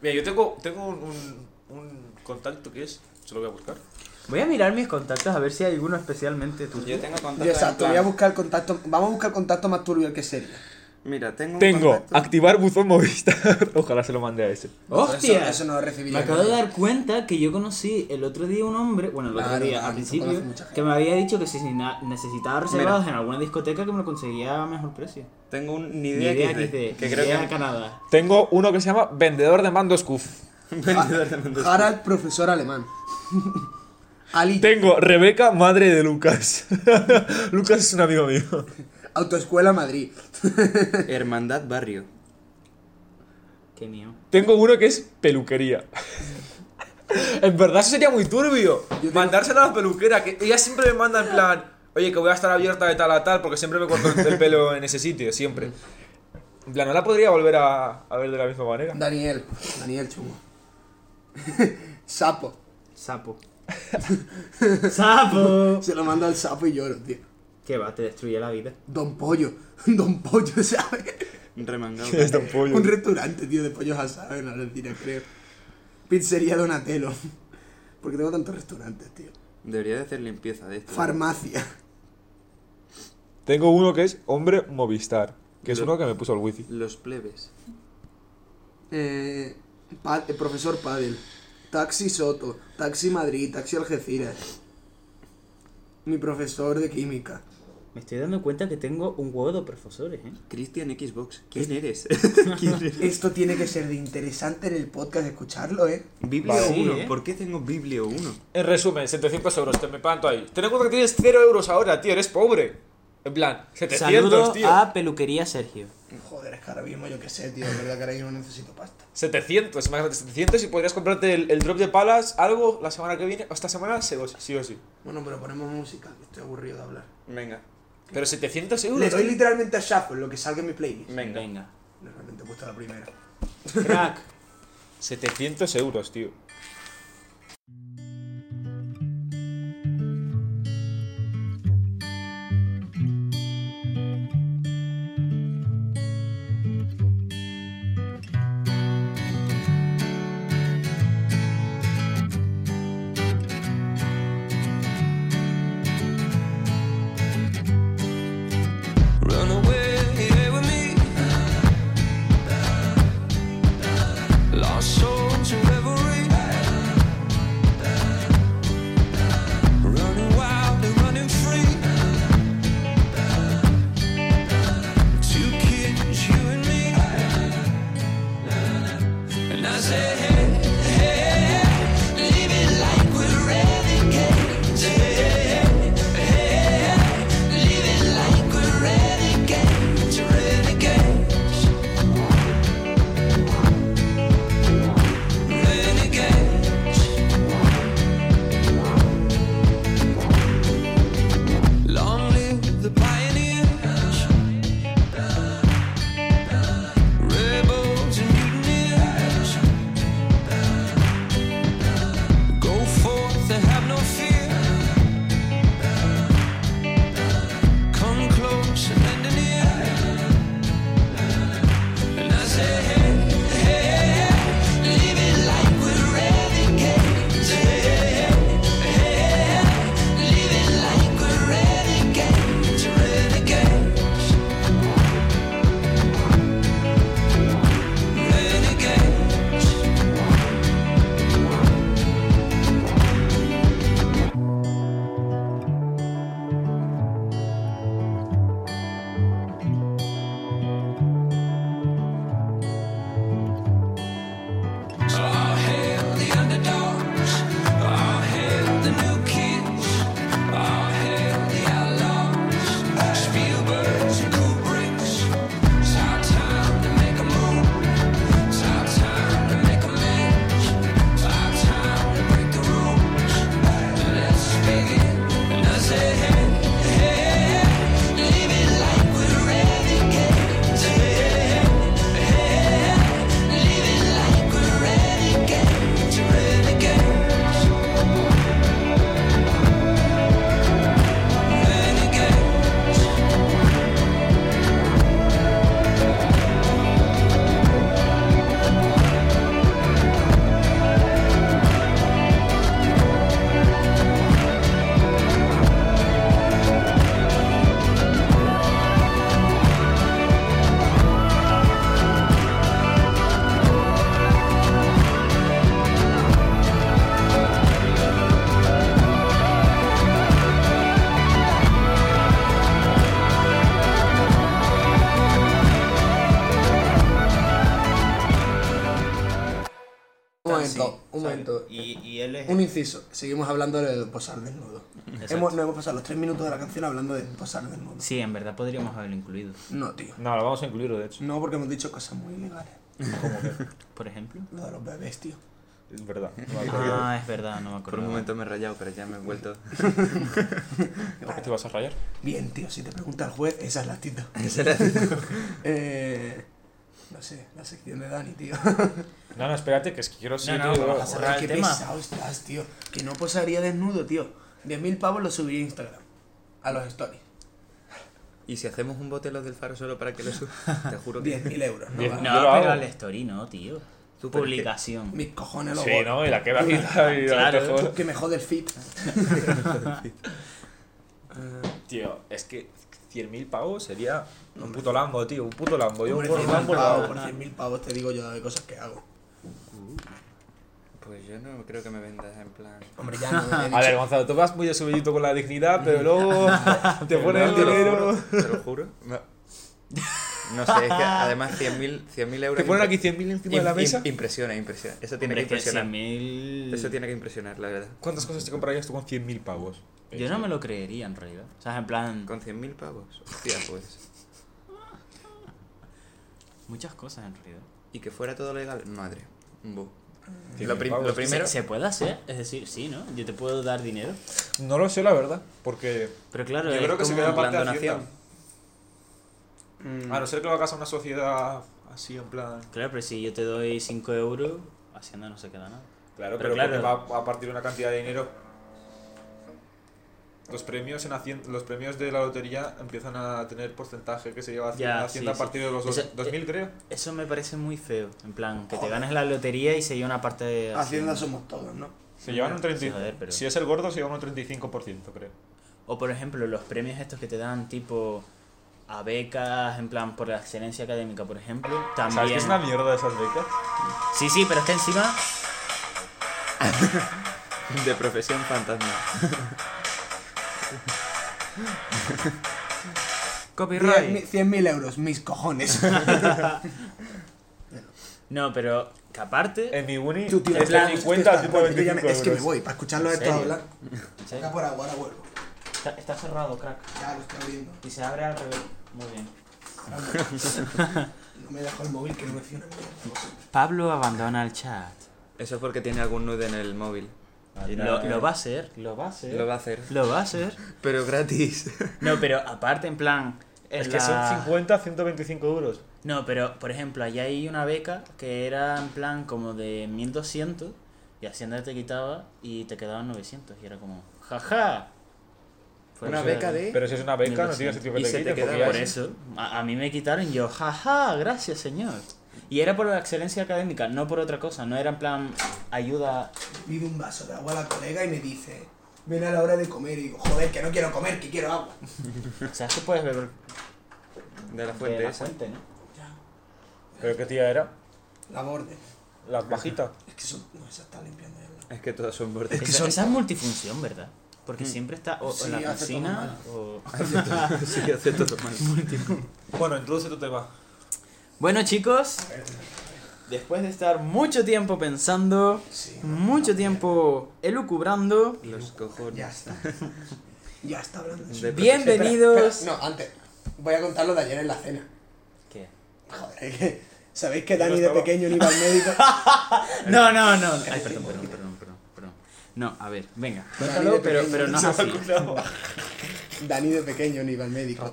A: mira, yo tengo, tengo un, un- un contacto que es. Se lo voy a buscar.
E: Voy a mirar mis contactos a ver si hay alguno especialmente tuyo.
F: Yo tengo contacto.
B: Yo, exacto,
F: en
B: voy a
F: plan-
B: buscar contacto. Vamos a buscar contacto más turbio que serio.
F: Mira, tengo. un contacto-
A: activar buzón Movistar. Ojalá se lo mande a ese.
E: ¡Hostia!
B: Eso, eso no lo recibiría.
E: Me acabo de dar cuenta que yo conocí el otro día un hombre, bueno, el otro
B: Claro,
E: día,
B: claro,
E: al
B: se
E: principio,
B: conoce mucha gente.
E: que me había dicho que si na- necesitaba reservados en alguna discoteca que me lo conseguía a mejor precio.
F: Tengo un ni
E: Ni
F: idea,
E: idea
F: XD,
E: que
F: que creo que
E: Canadá.
A: Tengo uno que se llama Vendedor de Mandos Cuf.
B: Harald, profesor alemán. Ali,
A: Tengo Rebeca, madre de Lucas. Lucas es un amigo mío.
B: Autoescuela Madrid.
F: Hermandad Barrio.
E: Qué mío.
A: Tengo uno que es peluquería. en verdad eso sería muy turbio. Mandárselo a la peluquera, que ella siempre me manda en plan, oye, que voy a estar abierta de tal a tal, porque siempre me corto el pelo en ese sitio, siempre. En plan, no la podría volver a, a ver de la misma manera.
B: Daniel, Daniel Chungo. sapo.
E: Sapo. ¡Sapo!
B: Se lo mando al sapo y lloro, tío.
E: Que va, te destruye la vida.
B: Don Pollo. Don Pollo, ¿sabes?
F: Remangado.
B: Un restaurante, tío, de pollos asados en Argentina, creo. Pizzería Donatello. Porque tengo tantos restaurantes, tío.
F: Debería de hacer limpieza de esto.
B: Farmacia.
A: Tengo uno que es hombre Movistar. Que es
F: Lo-
A: uno que me puso el wifi.
F: Los plebes.
B: Eh, pa- eh, profesor Padel. Taxi Soto. Taxi Madrid. Taxi Algeciras. Mi profesor de química.
H: Me estoy dando cuenta que tengo un huevo de profesores, ¿eh?
F: Cristian Xbox, ¿quién eres? ¿Quién eres?
B: Esto tiene que ser de interesante en el podcast escucharlo, ¿eh?
F: Biblio
A: Vale.
F: 1,
A: Sí, ¿eh?
F: ¿por qué tengo Biblio 1?
A: En resumen, 700 euros, te me panto ahí. Ten en cuenta que tienes 0 euros ahora, tío, eres pobre. En plan, 700,
E: Saludo
A: tío.
E: a Peluquería Sergio.
B: Joder, es que ahora mismo yo qué sé, tío. Es verdad que ahora mismo necesito pasta.
A: 700, imagínate, 700 y podrías comprarte el, el drop de palas, algo, la semana que viene, o esta semana, sí o sí. sí o sí.
B: Bueno, pero ponemos música, que estoy aburrido de hablar.
F: Venga,
A: Pero 700 euros.
B: Le doy
A: tío.
B: literalmente a shuffle, lo que salga en mi playlist.
F: venga.
E: Venga.
B: Realmente me gusta la primera.
E: Crack.
A: 700 euros, tío.
D: Run away with me. Lost soul to reverie. Running wild and running free. Two kids, you and me. And I say, hey, hey, leave it like we're renegades. Hey, hey, hey, leave it like we're renegades, renegades, renegades. Long live the pioneers, rebels and mutineers. Go forth and have no fear. Come close and bend an ear. And I say, hey, hey, hey, leave it like we're renegades. Hey, hey, hey, hey, leave it like we're renegades, renegades. Renegades. So I'll hail the underdogs. I'll hail the new kids. I'll hail the outlaws. Spielbergs and Kubricks. It's our time to make a move. It's our time to make a match. It's our time to break the rules. Let's begin. And I say, hey, hey, hey, leave it like we're renegades. Hey, hey, hey, hey. Leave it like we're renegades, renegades, renegades.
B: Un momento, un momento.
H: Y, y él es...
B: Un inciso. Seguimos hablando de posar desnudo. Hemos, no hemos pasado los tres minutos de la canción hablando de posar desnudo.
E: Sí, en verdad podríamos haberlo incluido.
B: No, tío.
A: No, lo vamos a incluir, de hecho.
B: No, porque hemos dicho cosas muy ilegales.
E: Por ejemplo.
B: Lo de los bebés, tío.
A: Es verdad.
E: Ah, es verdad, no me
F: Por un
E: acuerdo.
F: momento me he rayado, pero ya me he vuelto.
A: ¿Por qué te vas a rayar?
B: Bien, tío, si te pregunta el juez, esa es la actitud. eh, no sé, la sección de Dani, tío.
A: No, no, espérate, que es que quiero
E: no,
A: tío.
E: vamos a hacer- Cerrar
B: Joder,
E: el
B: qué
E: tema.
B: pesado estás, tío. Que no posaría desnudo, tío. 10.000 pavos lo subiría a Instagram. A los stories.
F: ¿Y si hacemos un bote los del faro solo para que lo suba? Te juro que...
B: 10.000 euros, ¿no?
A: Diez-
B: va.
E: No,
A: Yo lo hago.
E: pero al story no, tío. Tu
F: Tú, pero
E: publicación.
B: Mis cojones lo
A: Sí,
B: borro.
A: ¿no? Y la queda quita y la
E: Claro.
A: te jodas.
B: Que me jode el fit.
A: Tío, es que 100.000 pavos sería un puto lambo, tío. Un puto lambo. Yo
B: Hombre,
A: por
B: cien
A: lambo
B: mil
A: lo
B: pavos,
A: hago.
B: por 100.000 pavos te digo yo de cosas que hago.
F: Pues yo no creo que me vendas en plan.
B: Hombre, ya no. eh, he
A: A ver,
B: dicho-
A: Gonzalo, tú vas muy de subidito con la dignidad, pero luego te pones el
F: te lo
A: dinero.
F: juro, Te lo juro. No, No sé, es que además 100.000 100.000 euros.
A: Te ponen
F: impre-
A: aquí 100.000 encima de
F: im-
A: la
F: im-
A: mesa.
F: Impresiona, impresiona. Eso tiene
E: Hombre,
F: que
E: que
F: impresionar.
E: 100.000.
F: Eso tiene que impresionar, la verdad.
A: ¿Cuántas cosas te comprarías tú con 100.000 pavos?
E: Yo no me lo creería en realidad. O sea, en plan,
F: Con 100.000 pavos. Hostia, pues.
E: muchas cosas en realidad.
F: Y que fuera todo legal. Madre. Bu.
A: 100.000
F: Lo, prim-
A: pavos.
F: lo primero.
E: Se, se puede hacer, es decir, sí, ¿no? Yo te puedo dar dinero.
A: No lo sé, la verdad. Porque
E: Pero claro,
A: yo
E: es
A: creo que se
E: como
A: queda
E: en
A: parte de
E: plan
A: donación.
E: donación. Mm.
A: A no ser que lo hagas a una sociedad así, en plan.
E: Claro, pero si yo te doy 5 euros, Hacienda no se queda nada.
A: Claro, pero,
E: Pero
A: claro.
E: claro.
A: va a partir de una cantidad de dinero. Los premios, en Hacien- los premios de la lotería empiezan a tener porcentaje que se lleva haciendo
E: Ya,
A: Hacienda
E: sí,
A: a partir de los
E: Eso-
A: dos- 2000, creo.
E: Eso me parece muy feo. En plan, que te ganes la lotería y se lleve una parte de.
B: Hacienda somos todos, ¿no?
A: Se llevan un 35%.
E: joder, pero-
A: Si es el gordo, se llevan un 35%, creo.
E: O por ejemplo, los premios estos que te dan tipo a becas, en plan por la excelencia académica, por ejemplo. También.
A: ¿Sabes que es una mierda esas becas?
E: Sí, sí, pero es que encima.
F: De profesión fantasma.
B: Cien mi- 100.000 euros, mis cojones.
E: No, pero que aparte.
A: En mi uni este
B: Tú, tío,
A: es
B: plan,
A: de
B: es que
A: 50 al
B: está-
A: tipo de
B: yo ya
A: 25
B: me- Es que me
A: euros.
B: voy, para escucharlo
E: ¿En
B: esto
E: serio?
B: hablar.
E: ¿sí?
B: Acá por agua, ahora vuelvo.
E: Está, está cerrado, crack.
B: Ya lo estoy abriendo.
E: Y se abre al revés. Muy bien.
B: No me dejo el móvil que no me fío una mierda.
E: Pablo abandona el chat.
F: Eso es porque tiene algún nude en el móvil.
E: Lo, lo va a hacer, lo va a hacer.
F: Lo va a hacer.
E: Lo va a hacer.
F: Pero gratis.
E: No, pero aparte, en plan. en
A: Es que
E: la-
A: son 50, 125 euros.
E: No, pero por ejemplo, allá hay una beca que era en plan como de 1200 y Hacienda te quitaba y te quedaban 900 y era como, jaja. Fue
F: Una
E: eso
F: beca
E: de-
F: de.
A: Pero si es una beca, no tienes el tío que
F: Y
A: te
F: se te
A: quiten,
F: queda
A: porque ya
F: por
E: Por
A: es-
E: eso, a, a mí me quitaron y yo, jaja, gracias señor. Y era por la excelencia académica, no por otra cosa, no era en plan ayuda.
B: Pido un vaso de agua a la colega y me dice, ven a la hora de comer. Y digo, joder, que no quiero comer, que quiero agua.
E: O sea, tú puedes beber
F: De la
E: de
F: fuente
E: la
F: esa.
E: fuente, ¿no?
A: ¿Pero qué tía era?
B: La borde.
A: La bajita.
B: Es que eso no se está limpiando ya.
F: Es que todos son bordes.
E: Esa, esa es multifunción, ¿verdad? Porque siempre está o, o
B: Mm. Sí,
E: en la
B: hace todo
E: cocina
B: mal.
E: o...
F: sí, hace todo mal.
A: Bueno, introduce tu tema.
E: Bueno chicos, después de estar mucho tiempo pensando, mucho tiempo elucubrando,
F: Los cojones.
B: Ya está. ya está hablando de eso.
F: De
E: bienvenidos...
B: Espera, no, antes. Voy a contar lo de ayer en la cena.
E: ¿Qué?
B: Joder, es que. ¿Sabéis que Dani de
A: estaba.
B: pequeño no iba al médico?
E: No, no, no. Ay, perdón, perdón, perdón, perdón, perdón. No, a ver, venga. Cuéntalo, pero, pero no es así.
B: Dani de pequeño no iba al médico.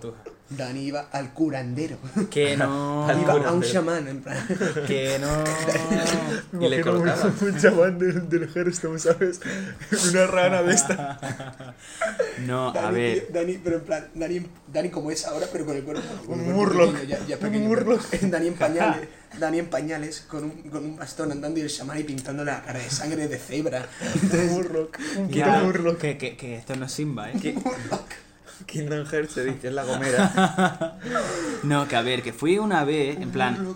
B: Dani iba al curandero.
E: Que no...
B: iba a un chamán, en plan.
E: Que no...
F: Y le cortaban.
A: Un chamán del, del Hearthstone, ¿sabes? Una rana de esta.
E: No, a
B: Dani,
E: ver.
B: tío, Dani, pero en plan, Dani, Dani como es ahora, pero con el cuerpo. con el
A: Un
B: cuerpo
A: Murloc.
B: pequeño, Ya, ya
A: Un
B: pequeño,
A: Murloc.
B: pero- Dani en pañales. Dani en pañales con un, con un bastón andando y el chamán y pintándole la cara de sangre de cebra. Entonces,
A: Murloc. Un
E: Ya,
A: puto Murloc.
E: que, que, que esto no es Simba, ¿eh?
F: Kingdom Hearts se dice, es la gomera.
E: No, que a ver, que fui una vez, en plan...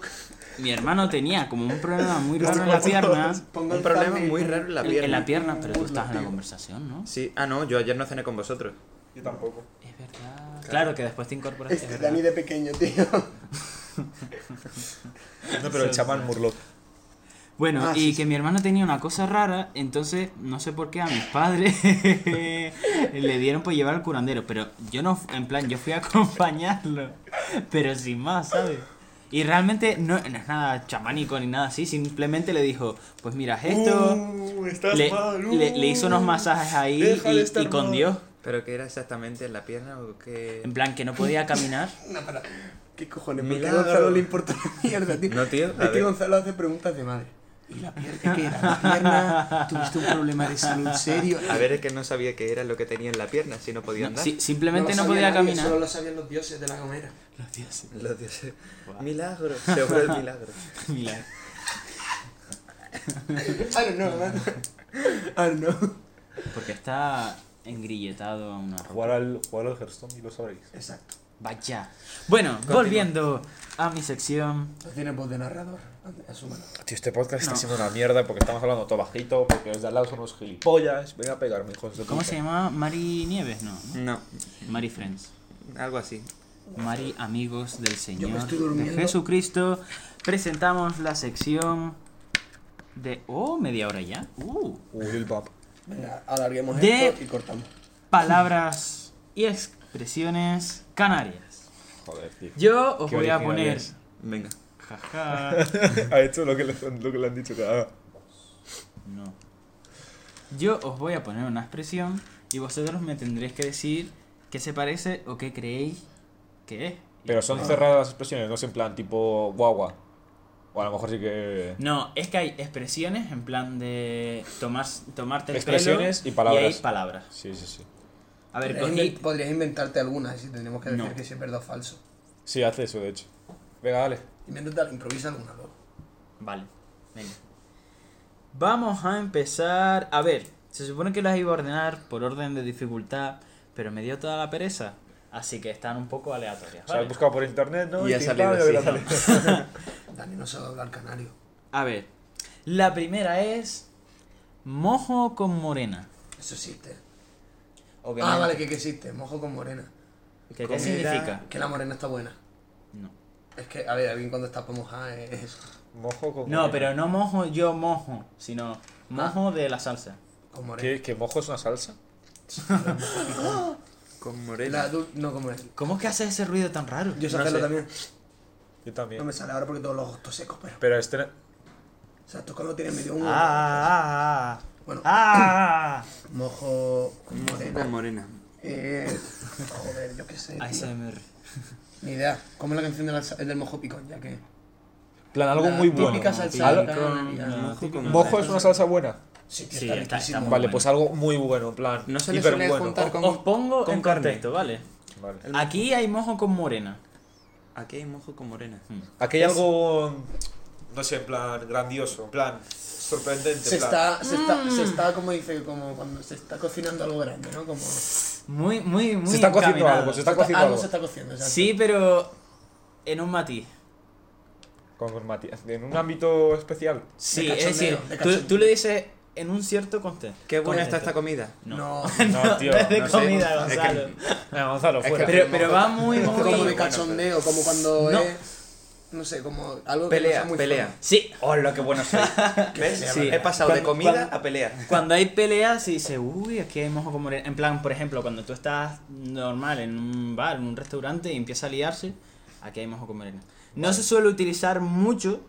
E: Mi hermano tenía como un problema muy raro en la
A: Ah,
E: pierna.
B: Pues, pongo
F: Un
B: el
F: problema
B: thumbnail.
F: muy raro en la
E: En-
F: pierna.
E: En la pierna, pero tú estás en la conversación, ¿no?
F: Sí, ah, no, yo ayer no cené con vosotros.
A: Yo tampoco.
E: Es verdad. Claro, que después te incorporas. es
B: Este
E: verdad.
B: Dani de pequeño, tío.
A: No, pero el chamán Murloc.
E: Bueno,
B: Ah,
E: y
B: sí,
E: que mi hermano tenía una cosa rara, entonces no sé por qué a mis padres le dieron por llevar al curandero, pero yo no, en plan, yo fui a acompañarlo, pero sin más, ¿sabes? Y realmente no, no es nada chamánico ni nada así, simplemente le dijo, pues mira esto,
A: Uh, estás
E: le,
A: mal, uh.
E: le- le hizo unos masajes ahí
A: Deja de
E: y- y,
A: estar
E: con
A: mal.
E: Dios,
F: ¿Pero qué era exactamente en la pierna o qué?
E: en plan que no podía caminar.
B: No, para. ¿Qué cojones? ¿Por qué a
F: Milagro.
B: Gonzalo le importa la mierda, tío?
F: No, tío, a
B: Es que
F: ver.
B: Gonzalo hace preguntas de madre. ¿Y la pierna qué era? ¿La pierna? ¿Tuviste un problema de salud serio?
F: A ver, es que no sabía qué era lo que tenía en la pierna, si no podía
E: No,
F: andar.
E: si- simplemente
B: lo
E: no,
B: sabía
E: podía
B: nadie,
E: caminar.
B: Solo lo sabían los dioses de la gomera.
E: Los dioses,
F: Los dioses. Milagro, seguro el milagro.
E: milagro.
B: I don't know, man. I don't know.
E: Porque está engrilletado a una roca.
A: Jugar al, jugar al Hearthstone y lo sabréis.
B: Exacto.
E: Vaya. Bueno, volviendo a mi sección.
B: Tú tienes voz de narrador. Andrea, asúmelo.
A: Tío, este podcast está siendo una mierda porque estamos hablando todo bajito, porque los de al lado son unos gilipollas. Voy a pegarme, hijos de puta.
E: ¿Cómo se llama? Mari Nieves, no. ¿no?
F: No,
E: Mari Friends.
F: algo así.
E: Mari Amigos del
B: Yo me
E: Señor
B: estoy
E: de
B: durmiendo.
E: Jesucristo. Presentamos la sección de. Oh, media hora ya. Uh.
A: Uy, el pap.
B: Venga, alarguemos
E: De-
B: esto y cortamos.
E: Palabras y expresiones canarias.
A: Joder, tío.
E: Yo os
A: Qué
E: voy a poner.
A: originales.
F: Venga.
E: Jaja.
A: ha hecho lo que le, lo que le han dicho que haga.
E: No. Yo os voy a poner una expresión y vosotros me tendréis que decir qué se parece o qué creéis que es.
A: Pero son cerradas las expresiones, no es en plan tipo guagua. O a lo mejor sí que.
E: No, es que hay expresiones en plan de tomar, tomarte el
A: Expresiones
E: pelo
A: y palabras.
E: hay palabras.
A: Sí, sí, sí.
E: A ver,
B: Podrías,
E: cogí...
B: inven- podrías inventarte algunas y tendríamos que decir
E: No.
B: que si es verdad o falso.
A: Sí, hace eso, de hecho. Venga, dale.
B: Invéntate, improvisa alguna luego.
E: Vale, venga. Vamos a empezar... A ver, se supone que las iba a ordenar por orden de dificultad, pero me dio toda la pereza. Así que están un poco aleatorias.
A: O sea, has
E: ¿vale?
A: buscado por internet, ¿no?
F: Y ha
A: tin,
F: salido,
A: tan, y
F: sí.
A: ha salido.
B: Dani no sabe hablar canario.
E: A ver, la primera es mojo con morena.
B: Eso existe.
E: Obviamente.
B: Ah, vale, que, que existe. Mojo con morena.
E: ¿Qué- ¿Qué,
F: Comida.
E: significa?
B: Que la morena está buena.
E: No.
B: Es que, a ver, a mí cuando está para mojar es eso.
A: Mojo con.
E: No, pero no mojo yo mojo, sino mojo de la salsa.
B: Con morena.
A: ¿Qué, ¿Que mojo es una salsa?
F: Con
B: La
F: Morena.
B: dul- no, como es.
E: ¿Cómo es que hace ese ruido tan raro?
B: Yo sé
A: No
B: hacerlo
A: sé.
B: también.
A: Yo
B: No
A: también.
B: me sale ahora porque tengo los ojos todos secos, pero.
A: Pero este.
B: O sea, tú cuando tienes medio un.
E: Ah, ah,
B: Bueno,
E: ah, ah,
B: mojo con
F: Con
B: morena.
F: Morena.
B: Eh, joder, yo qué sé.
E: ah.
B: tío.
E: ASMR.
B: Ni idea. ¿Cómo es la canción de la sa- del mojo picón? Ya que.
A: plan, algo
B: La
A: muy bueno.
B: Típica salsa
A: Algo-
B: canaria.
F: Mojo con
A: Mojo es una salsa buena.
B: Sí, tío,
E: Sí,
B: está
E: está- está
B: riquísimo.
E: muy
A: vale,
E: bueno.
A: pues algo muy bueno, en plan.
F: No se le
A: hiper
F: suele
A: bueno.
F: juntar con.
E: Os pongo
F: con
E: en
F: carne.
E: contexto, ¿vale?
A: Vale.
E: Aquí hay mojo con morena. Mm.
F: Aquí hay mojo con Morena.
A: Aquí hay algo, no sé, en plan grandioso, en plan sorprendente.
B: Se
A: en plan.
B: está, se está, se está, como dice, como cuando se está cocinando algo grande, ¿no? Como.
E: Muy, muy, muy
A: Se está cociendo
E: encaminado.
A: algo, se está
B: algo
A: cociendo algo.
B: se está cociendo, exacto.
E: Sí, pero en un matiz.
A: Con Matías, en un ámbito especial.
E: Sí,
B: De
E: es decir,
B: cachondeo, de
E: tú,
B: cachondeo.
E: tú le dices en un cierto contexto.
F: Qué buena está
E: contexto.
F: esta comida.
B: No.
A: No, tío.
E: No es de
F: no sé.
E: comida,
F: Es que-
E: Gonzalo.
A: Gonzalo, fuera.
F: fuera.
E: Pero, pero va muy,
B: Es como
E: muy.
B: de cachondeo, como cuando
E: No.
B: es. No sé, como algo que no sea
F: Pelea,
B: muy
F: pelea.
E: Sí,
F: Hola, qué bueno soy. ¿Ves?
E: Sí.
F: He pasado de
E: Cuando-
F: comida
E: cuando-
F: a pelea.
E: cuando hay peleas se dice, uy, aquí hay mojo como. En plan, por ejemplo, cuando tú estás normal en un bar, en un restaurante y empieza a liarse, aquí hay mojo con morena. No se suele utilizar mucho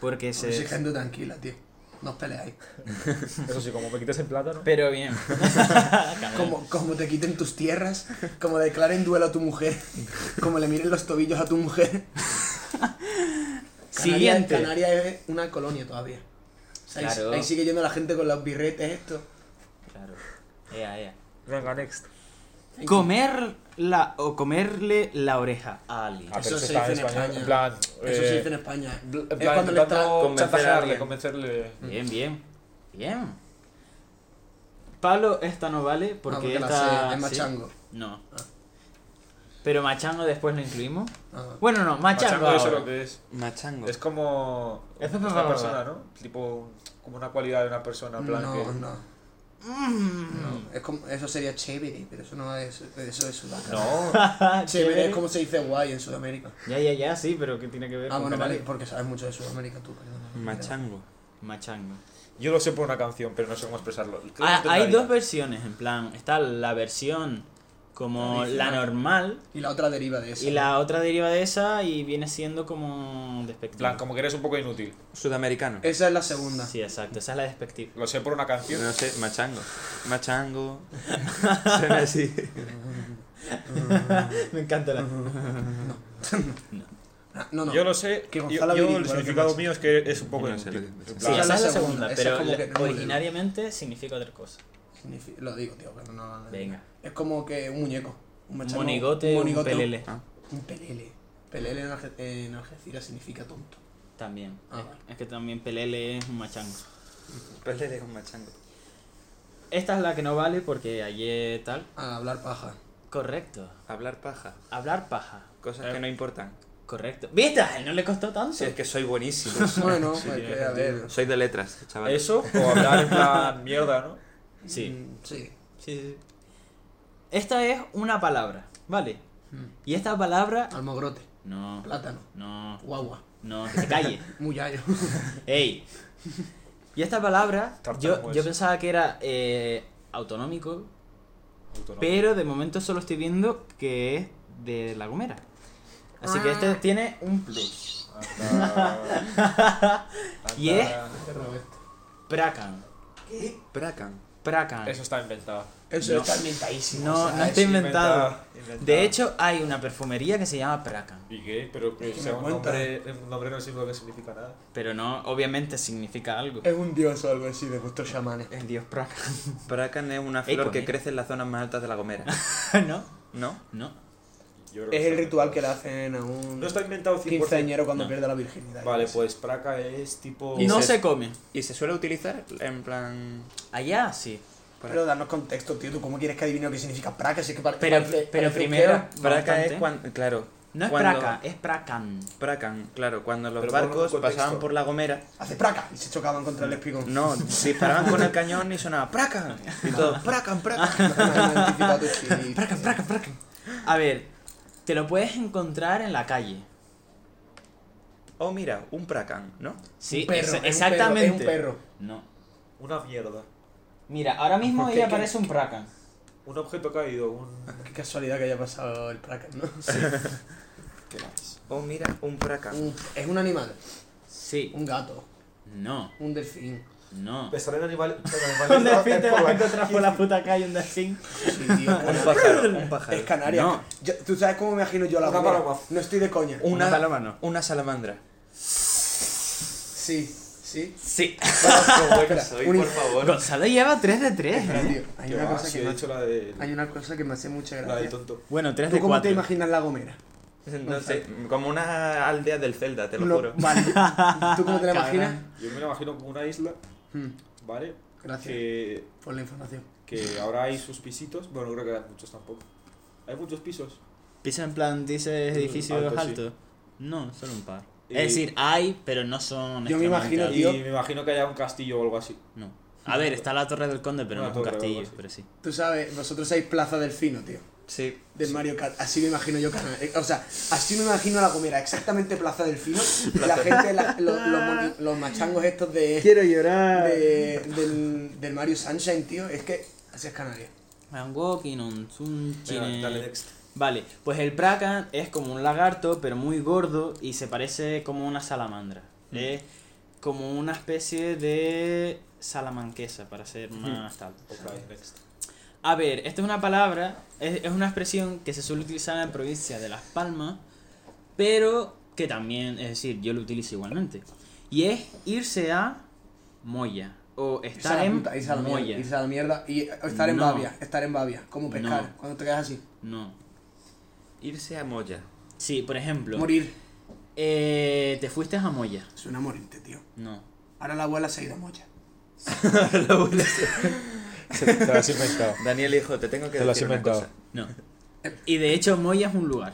E: porque
B: feo. Soy
E: se.
B: Pues gente tranquila, tío. No os peleáis.
A: Eso sí, como me quites el plátano.
E: Pero bien.
B: Como, como te quiten tus tierras, como declaren duelo a tu mujer, como le miren los tobillos a tu mujer.
E: Siguiente.
B: Canarias es una colonia todavía. O sea, ahí-
E: Claro.
B: ahí, sigue yendo la gente con los birretes, esto.
E: Claro. Ea, ea.
A: Venga, next.
E: Comer la, o comerle la oreja a alguien.
A: Ah, pero
B: Eso
A: eso
B: se
A: está
B: dice
A: en
B: en
A: español.
B: España.
A: En plan.
B: Eso
A: eh,
B: se dice en España.
A: bl- En
B: Es
A: plan,
B: cuando le está- Ah,
A: intentando
F: convencer a
A: chantajearle,
F: alguien.
A: convencerle.
E: Bien, bien. Bien. Pablo, esta no vale porque,
B: Ah, porque la sé,
E: esta.
B: es
E: ¿sí?
B: machango.
E: No.
B: Ah.
E: Pero machango después lo incluimos.
B: Ah.
E: Bueno, no, machango.
A: Machango, yo sé
E: ahora.
A: lo que es.
F: Machango.
A: Es como.
E: Es
A: una
E: papá.
A: persona, ¿no? Tipo, como una cualidad de una persona, en plan.
B: no,
A: que...
B: no. No, es como, eso sería chévere, pero eso no es, eso es Sudáfrica.
A: No,
B: Chévere es como se dice guay en Sudamérica.
E: Ya, ya, ya, sí, pero ¿qué tiene que ver
B: Ah,
E: con
B: bueno, vale,
E: Canarias?
B: porque sabes mucho de Sudamérica tú, perdón.
F: Machango.
E: Machango.
A: yo lo sé por una canción, pero no sé cómo expresarlo. Creo que
E: Ah, hay
A: intentaría.
E: dos versiones, en plan. Está la versión como la
B: Tradicional.
E: normal
B: Y la otra deriva de eso.
E: y la otra deriva de esa y viene siendo como
A: En
E: despectiva.
A: plan, como que eres un poco inútil.
F: Sudamericano.
B: Esa es la segunda.
E: Sí, exacto, esa es la despectiva.
A: Lo sé por una canción.
F: No sé, machango. Machango. Suena así.
E: Me encanta la.
B: Ah, No, no.
A: Yo lo sé,
B: Que
A: yo,
B: Gonzalo
A: yo
B: Virigo,
A: el
B: lo que
A: significado
B: pasa.
A: mío es que es un poco
F: Yo no sé
A: inútil.
F: lo que
A: En
F: pasa.
E: Sí,
A: plan,
E: esa es la
B: segunda,
E: segunda,
B: esa
E: pero
B: como
E: la-
B: que no me
E: originariamente significa otra cosa.
B: Signifi- Lo digo, tío, pero no. no-
E: Venga.
B: Es como que un muñeco. Un
E: Un
B: machaco-
E: monigote, un
B: monigote,
E: pelele.
F: Ah.
B: Un pelele. Pelele en, Alge- en Algeciras significa tonto.
E: También.
B: Ah,
E: Es-
B: vale.
E: Es que también pelele es un machango.
F: Pelele con machango.
E: Esta es la que no vale porque ayer tal.
B: Ah, hablar paja.
E: Correcto.
F: Hablar paja.
E: Hablar paja.
F: Cosas que no importan.
E: Correcto. ¿Viste? A él No le costó tanto.
F: Si es que soy buenísimo.
B: Bueno, pues, a ver.
F: soy de letras, chaval.
A: Eso, o hablar en plan mierda, ¿no?
B: Mm.
E: Sí.
B: Sí.
E: Sí, sí. Esta es una palabra, ¿vale? Y esta palabra.
B: Mm. Almogrote,
E: No.
B: plátano,
E: No.
B: guagua,
E: No, que te calles.
B: muyayo.
E: ¡Ey! Y esta palabra, yo,
A: Tartamudo
E: yo
A: ese.
E: pensaba que era eh, autonómico, pero de momento solo estoy viendo que es de La Gomera. Así que
B: Ah.
E: este tiene un plus.
A: Ah,
E: y es Pracan.
F: Bracan.
E: Pracan.
A: Eso está inventado.
B: Eso
E: No.
B: está ambientadísimo.
E: No,
B: o sea,
E: no
B: es-
E: está inventado.
A: inventado, inventado.
E: De hecho, hay una perfumería que se llama Pracan.
A: ¿Y qué? Pero que sea un
B: cuenta.
A: nombre, un nombre no significa que significa nada.
E: Pero no, obviamente significa algo.
B: Es un dios o algo así de vuestros chamanes.
E: El dios Pracan.
F: Bracan es una
E: Ey,
F: flor
E: con
F: que
E: él.
F: crece en las zonas más altas de la Gomera.
E: no,
F: ¿No?
E: no.
A: Yo creo que
B: Es
A: está
B: el ritual
A: inventado.
B: que le hacen a un
A: No está inventado 100%.
B: quinceañero cuando
E: No.
B: pierde la virginidad.
A: Vale, pues Praca es tipo.
E: No
F: se-
E: se come.
F: ¿Y se suele utilizar en plan.
E: Allá sí.
B: Pero danos contexto, tío. ¿Tú cómo quieres que adivine lo que significa praca? Si es que pare-
E: pues. Pero-
B: parece-
E: pero
B: parece un
E: primero-
B: queo.
F: Braca es
E: Bastante.
F: cuando. Claro.
E: No es
F: cuando-
E: Praca, es Pracan.
F: Bracan, claro. Cuando los
A: Pero ponlo en
F: barcos
A: contexto.
F: pasaban por la Gomera,
B: Hace praca y se chocaban contra el espigón.
F: no, disparaban con el cañón y sonaba Bracan. Y todo, Bracan, Bracan.
B: No me han identificado, sí.
E: Pracan, pracan, pracan. A ver, te lo puedes encontrar en la calle.
F: Oh, mira, un Bracan, ¿no?
E: Sí,
B: Un perro,
E: exa-
B: es un perro,
E: exactamente.
B: es un perro.
E: No.
A: Una mierda.
E: Mira, ahora mismo ahí
B: qué?
E: aparece un Pracan.
A: Un objeto caído. Un...
B: Qué casualidad que haya pasado el praca, ¿no?
F: Oh, mira, un Bracan.
B: Un- es un animal,
E: Sí.
B: un gato,
E: No,
B: un delfín.
E: no.
A: Pesar en animal.
E: Un delfín te vas a encontrar por la puta calle, un delfín.
B: Sí, tío,
F: Un
B: Canarias.
F: pájaro, un pájaro.
B: Es Canarias.
E: No.
B: Yo- ¿Tú sabes cómo me imagino yo la
A: Una
B: Gomera?
A: paloma.
B: No estoy de coña.
E: Una paloma no.
F: Una salamandra.
B: Sí, sí.
E: Sí.
B: Espera, un-
E: Gonzalo lleva 3 de 3.
B: Espera, tío, Hay una cosa que
A: he
B: me
A: hecho
B: hace-
A: la de.
B: hay una cosa que me hace mucha
A: La de
B: gracia.
A: tonto.
E: Bueno, 3
B: ¿Tú
E: de
B: cómo te
E: 4.
B: imaginas la Gomera?
F: No sé, como una aldea del Zelda, te lo
B: No,
F: juro.
B: vale. ¿Tú cómo te la
E: Cabrón.
B: imaginas?
A: Yo me la imagino como una isla,
B: Hmm,
A: ¿vale?
B: Gracias.
A: Que,
B: Por la información.
A: que ahora hay sus pisitos. Bueno, no creo que haya muchos tampoco. Hay muchos pisos.
E: Pisa en plan, dices
B: Mm,
E: edificios
A: alto, sí.
E: altos. No, solo un par.
A: Y-
E: Es decir, hay, pero no son.
B: Yo me
E: extremadamente
B: imagino,
E: altos.
A: Y
B: Tío.
A: me imagino que haya un castillo o algo así.
E: No. A ver, está la Torre del Conde, pero
A: Una
E: no es un
A: torre o algo
E: castillo,
A: así.
E: pero sí.
B: Tú sabes, vosotros sois Plaza Delfino, tío.
F: Sí.
B: Del Mario Kart. Así me imagino yo Canarias. Eh, O sea, así me imagino la Gomera. Exactamente Plaza Delfino. La gente, la- lo- los, moni- los machangos estos de... Quiero llorar. del, del Mario Sunshine, tío. Es que así es Canarias.
E: I'm walking on some
A: Venga,
E: chine-
A: dale next.
E: Vale, pues el Bracan es como un lagarto, pero muy gordo y se parece como una salamandra.
B: Mm.
E: Es como una especie de salamanquesa, para ser más tal.
A: Ok, next.
E: A ver, esta es una palabra, es, es una expresión que se suele utilizar en la provincia de Las Palmas, pero que también, es decir, yo lo utilizo igualmente. Y es irse a Moya, o
B: Irse a
E: estar
B: la
E: en
B: puta, irse a la mierda,
E: Moya.
B: irse a la mierda y eh, estar en
E: No.
B: Babia, estar en Babia, como pescar,
E: No.
B: cuando te quedas así,
E: No.
F: Irse a Moya.
E: Sí, por ejemplo.
B: morir.
E: Eh, te fuiste a Moya.
B: Suena a morirte, tío.
E: No.
B: Ahora la abuela se ha ido a Moya.
A: Te lo has inventado.
F: Daniel, hijo, te tengo que
A: Te lo has
F: decir una
A: inventado.
F: cosa.
E: No. Y de hecho, Moya es un lugar.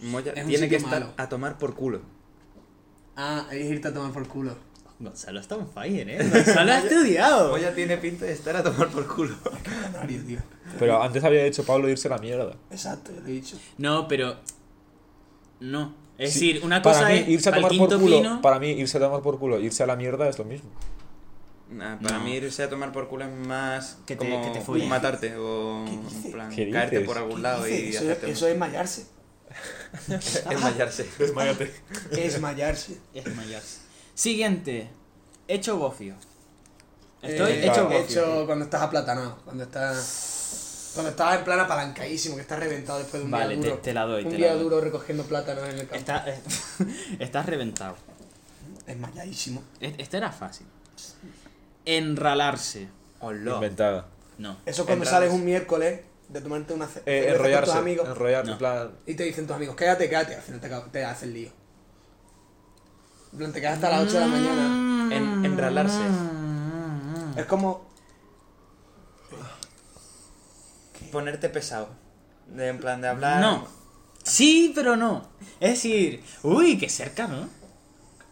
F: Moya
B: Es un
F: tiene que
B: sitio
F: estar
B: malo.
F: a tomar por culo.
B: Ah, es irte a tomar por culo.
E: Gonzalo está on fire, ¿eh? Gonzalo ha estudiado.
F: Moya tiene pinta de estar a tomar por culo.
B: Canario, tío.
A: Pero antes había dicho Pablo irse a la mierda.
B: Exacto, yo lo he dicho.
E: No, pero. No. Es
A: Sí,
E: decir, una
A: para
E: cosa
A: mí,
E: es.
A: irse a
E: al
A: tomar por
E: quinto
A: culo,
E: pino-
A: para mí irse a tomar por culo, irse a la mierda es lo mismo.
F: Nah, Ah, para
E: No.
F: mí irse a tomar por culo es más
E: Que te-
F: como
E: que te follen.
F: matarte o en plan,
A: ¿Qué
F: caerte
A: dices?
F: por algún lado
B: Dice,
F: y
B: eso, es-
F: hacerte
B: eso es mallarse.
F: desmayarse.
A: Desmayate.
B: Es mallarse.
E: Es mayor. Siguiente. Hecho gofio. Estoy
B: Eh,
E: hecho
A: claro.
E: gofio.
B: hecho cuando estás aplatanado, cuando estás cuando estás en plan apalancadísimo, que estás reventado después de un
E: Vale,
B: día
E: te-
B: duro.
E: te la doy,
B: Un
E: te la
B: día
E: doy.
B: duro recogiendo plátanos en el campo.
E: Está- estás reventado.
B: Es malladísimo.
E: E- Este era fácil. Enralarse.
A: Inventada.
E: No.
B: Eso cuando
F: Entradas.
B: sales un miércoles de tomarte una ce-
A: Eh,
B: cerveza con
A: enrollarse.
B: tus amigos
A: Enrollar,
E: No.
A: en plan.
B: y te dicen tus amigos, quédate, quédate, al final te, ca- te hacen lío. En plan, Te quedas hasta las 8 de la mañana.
F: En, enralarse.
E: Mm.
B: Es como
F: Ponerte pesado. De, en plan de hablar.
E: No. Sí, pero no. Es decir, uy, qué cerca, ¿no?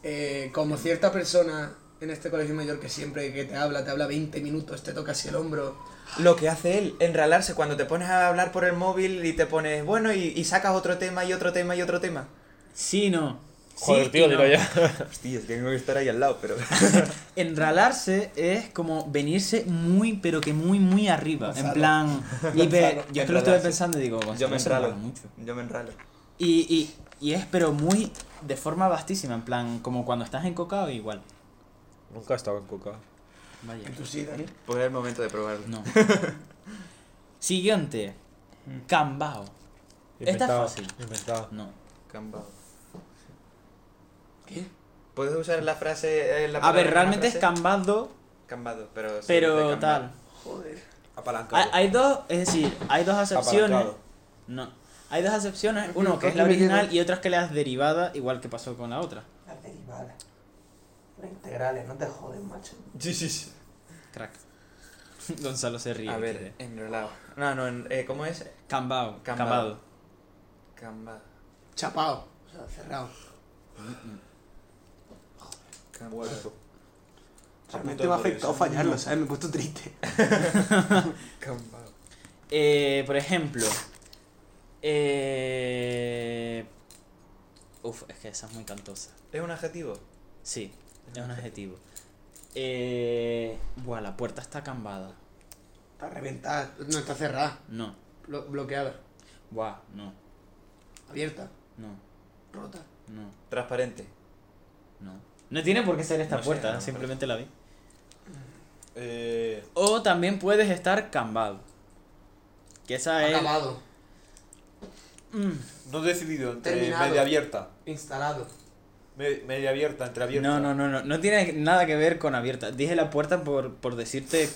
B: Eh, como cierta persona en este colegio mayor que siempre que te habla, te habla 20 minutos, te toca así el hombro.
F: Lo que hace él, enralarse cuando te pones a hablar por el móvil y te pones, bueno, y, y sacas otro tema y otro tema y otro tema.
E: Sí, no. Sí
I: Joder,
E: y
I: tío,
E: no.
I: dilo ya.
F: Hostia, tengo que estar ahí al lado, pero.
E: Enralarse es como venirse muy, pero que muy, muy arriba. en plan, y ve- yo es que lo estuve
F: Enralarse.
E: pensando y digo, Gonzalo
F: Yo me
E: se
F: enralo.
E: enrala mucho.
F: Yo me enralo.
E: Y, y, y es, pero muy, de forma vastísima, en plan, como cuando estás en coca igual.
A: Nunca he estado en coca.
E: Vaya.
B: Tú sí, Dani.
F: Pues es el momento de probarlo.
E: No. Siguiente.
F: Mm.
E: Cambao. Esta es
A: Inventado,
E: fácil.
A: Inventado.
E: No.
F: Cambao. ¿Qué? Puedes usar la frase. eh, la
E: A
F: palabra
E: ver,
F: en una
E: realmente es
F: frase?
E: cambado,
F: Cambado, pero. se dice
E: pero
F: cambado.
E: tal. Hay,
A: Apalancado.
E: hay dos, es decir, hay dos acepciones.
A: Apalancado.
E: No. Hay dos acepciones, uno que es la original y otras que le das derivada, igual que pasó con la otra.
J: Las derivadas. Las integrales, no te joden, macho.
A: Sí, sí, sí.
E: Crack. Gonzalo se ríe.
F: A ver,
E: XD.
F: enrolado. No, no, en- eh, ¿cómo es?
E: Cambao.
F: Cambao.
E: Cambado.
F: Cambado.
B: Chapao. O sea, cerrado.
F: Cambado.
J: Realmente me ha afectado fallarlo, ¿sabes? Me he puesto triste.
F: Cambado.
E: Eh, por ejemplo. Eh... Uf, es que esa es muy cantosa.
F: ¿Es un adjetivo?
E: Sí, es un adjetivo. Eh... Buah, la puerta está cambada.
B: Está reventada. No, está cerrada.
E: No.
B: Blo- bloqueada.
E: Buah, no.
B: Abierta.
E: No.
B: Rota.
E: No.
F: Transparente.
E: No. No tiene por qué ser esta
F: No sé,
E: puerta,
F: no,
E: simplemente la vi.
A: Eh,
E: O también puedes estar cambado. Que
A: Ah,
E: esa es.
B: Acabado.
A: no he decidido entre
B: Terminado.
A: media abierta.
B: Instalado.
A: me- media abierta, entre abierta.
E: No, no, no, no. No tiene nada que ver con abierta. Dije la puerta por, por decirte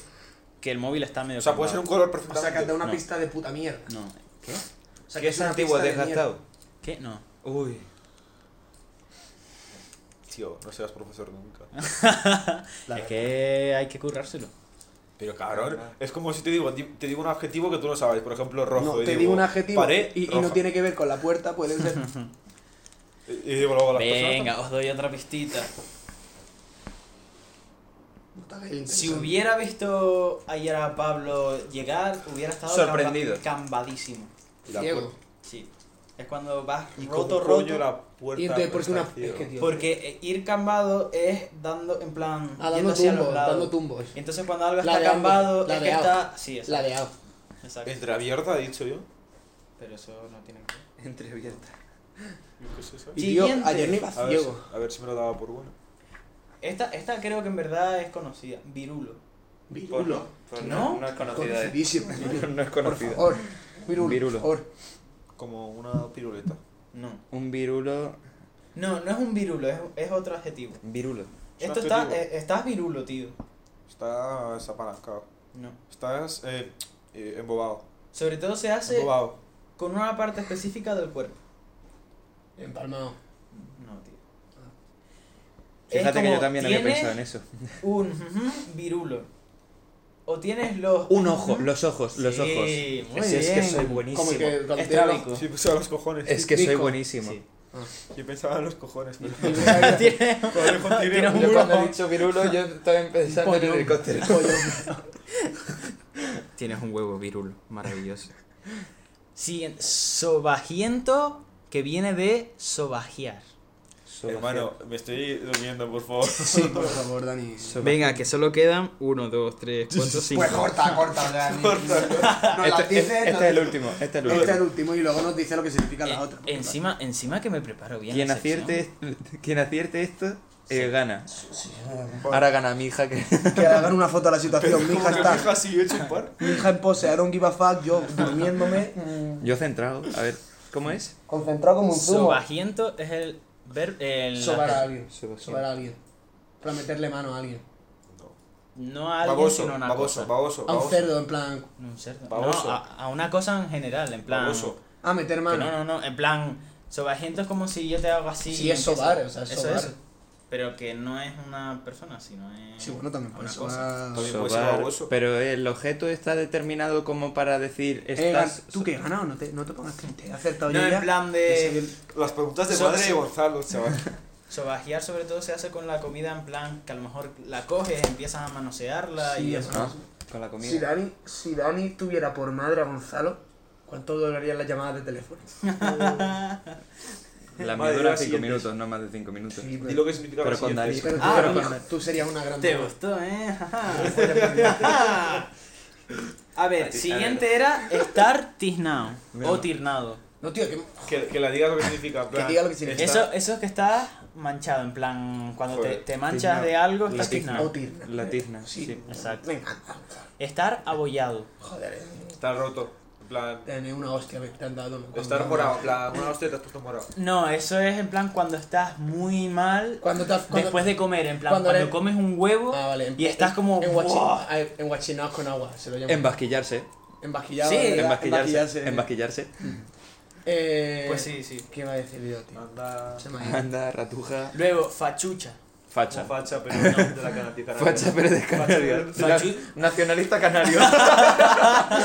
E: que el móvil está medio.
A: O sea, puede ser un color
E: cambado.
B: O
A: perfectamente.
B: sea, que has dado una
E: No.
B: pista de puta mierda.
E: No. ¿Qué?
B: O sea,
F: que es
B: una
F: antiguo,
B: pista de
F: desgastado.
E: ¿Qué? No.
F: Uy.
A: Tío, no seas profesor nunca.
E: Ah. es que hay que currárselo.
A: Pero cabrón, es como si te digo, te digo un adjetivo que tú no sabes, por ejemplo, rojo.
B: Ah. No,
A: y
B: te digo un adjetivo
A: Pared,
B: y, y
A: roja.
B: no tiene que ver con la puerta, puede ser.
A: Y y digo luego las personas.
E: Venga, os doy otra pistita. Si hubiera visto ayer a Pablo llegar, hubiera estado
F: Sorprendido.
E: camba- Cambadísimo.
A: Y la
B: Ciego.
A: puerta.
E: Sí. Es cuando vas
A: ¿Y
E: roto,
A: cómo coño
E: roto.
A: la puerta
B: Y entonces, porque
A: está
B: una.
A: ciego?
B: Es que, tío.
E: Porque eh, ir cambado es dando, en plan,
B: Ah,
E: yendo
B: dando
E: hacia
B: tumbos,
E: los lados.
B: dando tumbos.
E: Entonces cuando algo está
B: Ladeando,
E: cambado, es que
B: ladeado.
E: está... Sí, exacto.
B: Ladeado.
E: exacto.
A: Entre abierta, he dicho yo.
E: Pero eso no tiene que ver.
F: Entreabierta.
A: ¿Qué es eso?
B: Y tío,
E: Siguiente.
B: ayer no iba
A: A ver,
B: ciego.
A: si- a ver si me lo daba por bueno.
E: Esta, esta creo que en verdad es conocida. Virulo.
B: Virulo.
F: Pues
E: ¿No?
F: No es conocida. eh.
B: Conocidísimo.
F: No es
B: Por
F: conocida.
B: favor. Virulo.
F: Virulo.
B: Por favor.
A: Como una piruleta.
E: No.
F: Un virulo.
E: No, no es un virulo, es, es otro adjetivo.
F: Virulo.
A: Es un
E: Esto está,
A: adjetivo.
E: eh, estás virulo, tío.
A: Estás apalancado.
E: No.
A: Estás eh, eh, embobado.
E: Sobre todo se hace
A: Embobado.
E: con una parte específica del cuerpo.
B: Empalmado.
E: No, tío. Es
F: Fíjate que yo
E: como,
F: también había
E: tienes
F: pensado ¿eh? en eso.
E: Un ujú, virulo. O tienes los.
F: Un ojo,
E: ujú,
F: los ojos, los
E: Sí,
F: ojos.
E: muy
F: es, es que
E: bien.
F: soy buenísimo.
B: Como que cuando
E: Es
B: tiene los-
E: trábico.
A: Sí, pues a los cojones.
F: Es que soy
B: Pico.
F: buenísimo.
E: Sí.
A: Yo pensaba en los cojones. Pero...
B: Este
E: Tiene-
A: Conejo tiene
E: Tiene
A: un-
E: un-
F: he dicho virulo, yo estaba pensando en el helicóptero.
E: Tienes un huevo virulo, maravilloso. Siguiente, sobajiento, que viene de sobajear.
A: Hermano, me estoy durmiendo, por favor.
B: Sí, por favor, Dani.
E: Venga, que solo quedan 1, 2, 3, 4, 5.
B: Pues corta, corta, Dani. Nos las
F: Este,
B: dices,
F: este-
B: nos-
F: este es el último, este es el
B: Este es el
F: último.
B: último y luego nos dice lo que significa la otra.
E: Eh, encima, encima que me preparo bien.
F: Quien
E: la sección.
F: acierte, est- quien acierte esto, eh, gana. Ahora gana mi hija que...
B: Que le hagan una foto a la situación. Mi
A: Como
B: hija
A: que me deja
B: está.
A: así hecho un par.
B: Mi hija en pose, I don't give a fuck, yo durmiéndome, mm,
F: Yo centrado, a ver, ¿cómo es?
B: concentrado como un
E: Mm.
B: zumo.
E: Sobajiento es el verbo. El,
B: Sobar a alguien.
F: Sobar.
B: Sobar a alguien. Para meterle mano a alguien.
E: no a alguien,
A: Baboso,
E: sino a una
A: baboso,
E: cosa.
A: baboso,
B: A un
A: baboso.
B: cerdo, en plan.
E: No, un cerdo.
A: Baboso.
E: No, a, a una cosa en general, en plan.
A: Baboso.
B: A meter
E: Que
B: mano.
E: no, no, no, en plan. Sobajiento es como si yo te hago
B: Sí,
E: así.
B: es
E: y empiezo-
B: sobar, o sea, es
E: eso,
B: sobar.
E: eso. Pero que no es una persona, sino es.
B: Sí, bueno, también
E: una
B: puede
E: cosa.
B: sonar.
A: También puede ser
F: Sobar,
A: baboso.
F: pero el objeto está determinado como para decir
B: Eh,
F: estás
B: gan- ¿Tú qué ganado? No te, no te pongas triste. He acertado
E: No,
B: yo
E: en
B: ya.
E: plan de.
A: Las preguntas de
E: Sobre-
A: madre de Gonzalo, chaval.
E: Sobajear, sobre todo, se hace con la comida en plan que a lo mejor la coges, empiezas a manosearla
B: Sí,
E: y
B: eso.
E: eso.
F: Ah, con la comida.
B: Si Dani, si Dani tuviera por madre a Gonzalo, ¿cuánto durarían las llamadas de teléfono?
F: La mía
A: Madre,
F: dura
A: la
F: 5
A: siguiente.
F: minutos, no más de 5 minutos.
B: Sí,
A: Di lo que significa
F: Pero
A: la
F: con
A: siguiente.
B: Pero tú,
F: Ah,
B: pero
F: bueno.
B: tú serías una gran
E: Te
B: mamá.
E: gustó, ¿eh? a ver, siguiente era estar tiznado o tiznado.
B: No, tío, que...
A: Que, que la digas lo que significa. en plan,
B: diga lo que significa.
A: está-
E: Eso, eso es que estás manchado, en plan, cuando te,
A: Joder,
E: te manchas
F: tiznado.
E: de algo,
F: La
E: estás
F: tizna.
E: tiznado.
B: O tizna.
F: La tizna, sí.
E: Exacto.
B: Me encanta.
E: Estar abollado.
B: Joder, eh,
A: Está roto. En plan,
B: tener una hostia me te han dado. ¿no? Cuando-
A: estar morado. En plan, una hostia te has puesto morado.
E: No, eso es en plan cuando estás muy mal
B: Cuando te has- cuando-
E: después de comer, en plan
B: cuando
E: cuando,
B: eres-
E: comes un huevo
B: Ah, vale. en-
E: y estás como
B: En, guachi-
E: "Buah".
B: ah, en guachinaos con agua, se lo llaman.
F: Embasquillarse.
B: Embasquillado.
E: Sí,
B: ¿verdad?
F: Embasquillarse.
B: eh, Embasquillarse.
F: Embasquillarse.
B: Eh,
E: Pues sí, sí. Ah.
B: ¿Qué va a decir yo, tío?
A: Anda.
B: Se me ha ido.
F: Anda, ratuja.
E: Luego, fachucha.
A: Como
F: Facha.
A: facha, pero no de la canatita.
F: Facha Pérez de Canarias.
E: Facha.
F: Na- Nacionalista canario.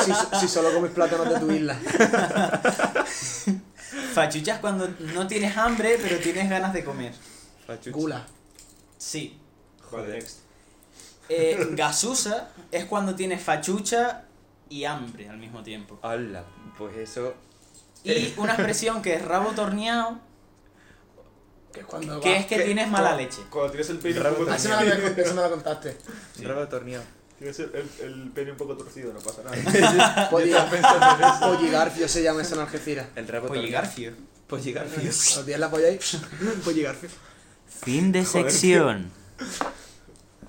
B: si, si solo comes plátanos de tu isla.
E: Fachucha es cuando no tienes hambre, pero tienes ganas de comer.
B: Gula.
E: Sí.
A: Vale, next.
E: Eh, gasusa es cuando tienes fachucha y hambre al mismo tiempo.
F: Hola, pues eso.
E: Y una expresión que es rabo torneado,
B: Que es cuando
E: que
B: va-
E: es que tienes mala leche.
A: Cuando tienes el pene un
F: Raro
A: poco
B: Ah,
A: torcido.
B: eso me, lo había contado, eso me lo contaste.
F: Rabo torneo.
A: Tienes el, el, el pene un poco torcido, no pasa nada.
E: Ah,
B: Polligar- Polligarfio se llama eso en Algeciras.
F: El rabo Pues
E: Polligarfio.
F: Polligarfio.
B: Los días la polla ahí. Polligarfio.
E: Fin de sección.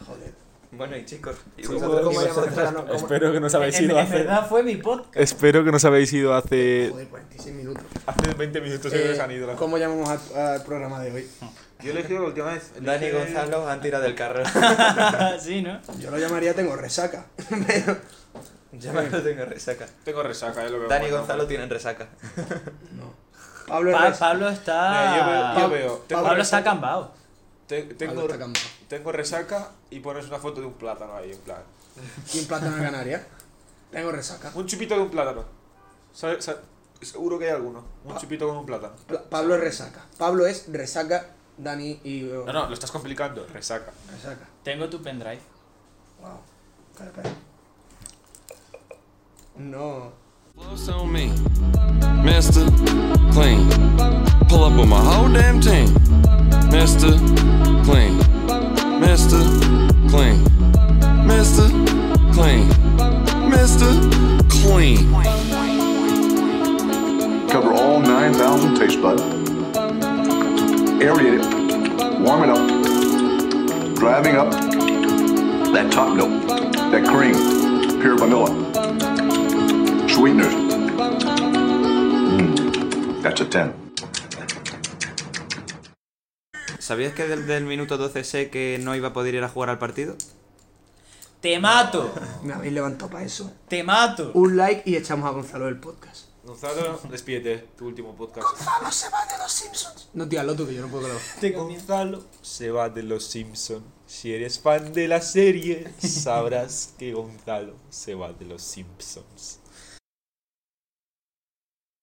B: Joder.
F: Bueno, y chicos. y
B: Vosotros
F: vosotros-
B: cómo llamáis a la no- cómo-
A: Espero que no os habéis
E: En,
A: ido
E: en
A: hace.
E: verdad fue mi podcast.
A: Espero que no os habéis ido hace.
B: Joder, 46 minutos.
A: Hace 20 minutos que
B: Eh,
A: os han ido. las-
B: ¿Cómo llamamos a- al programa de hoy?
A: Yo le digo la última vez.
F: Dani Gonzalo han tirado del carro.
E: sí, ¿no?
B: Yo lo llamaría Tengo resaca.
F: Ya me lo tengo resaca.
A: Tengo resaca, eh, lo veo.
F: Dani
A: Bueno,
F: Gonzalo tienen resaca.
B: Pablo
E: Pa-
B: Res-
E: Pablo está.
A: Mira, yo veo- yo veo. Tengo
E: Pablo
A: resaca.
E: está cambado.
A: Te-
B: Pablo
A: tengo,
B: está cambado.
A: tengo resaca y pones una foto de un plátano ahí, en plan.
B: Y un plátano de Canarias. Tengo resaca.
A: Un chupito de un plátano. Sa- sa- Seguro que hay alguno.
F: Ah.
A: Un chupito con un plátano.
B: Pla- Pablo es resaca. Pablo es resaca, Dani y.
A: No, no, lo estás complicando. Resaca.
B: Resaca.
E: Tengo tu pendrive.
B: Wow. Espera, espera. No.
C: Close on me, Mr. Clean. Pull up with my whole damn team, Mr. Clean. Mr. Clean. Mr. Clean. Mr. Clean.
I: Cover all 9,000 taste buds. Aerate it. Warm it up. Driving up that top note, that cream, pure vanilla. Sweeteners. Mm, that's a 10.
F: ¿Sabías que del, del minuto 12 sé que no iba a poder ir a jugar al partido?
E: Te mato.
B: Me habéis levantado para eso.
E: Te mato.
B: Un like y echamos a Gonzalo del podcast.
A: Gonzalo, despídete. Tu último podcast.
B: ¡Gonzalo se va de los Simpsons! No, tía, tú que yo no puedo creerlo.
A: Gonzalo Este se va de los Simpson. Si eres fan de la serie, sabrás que Gonzalo se va de los Simpsons.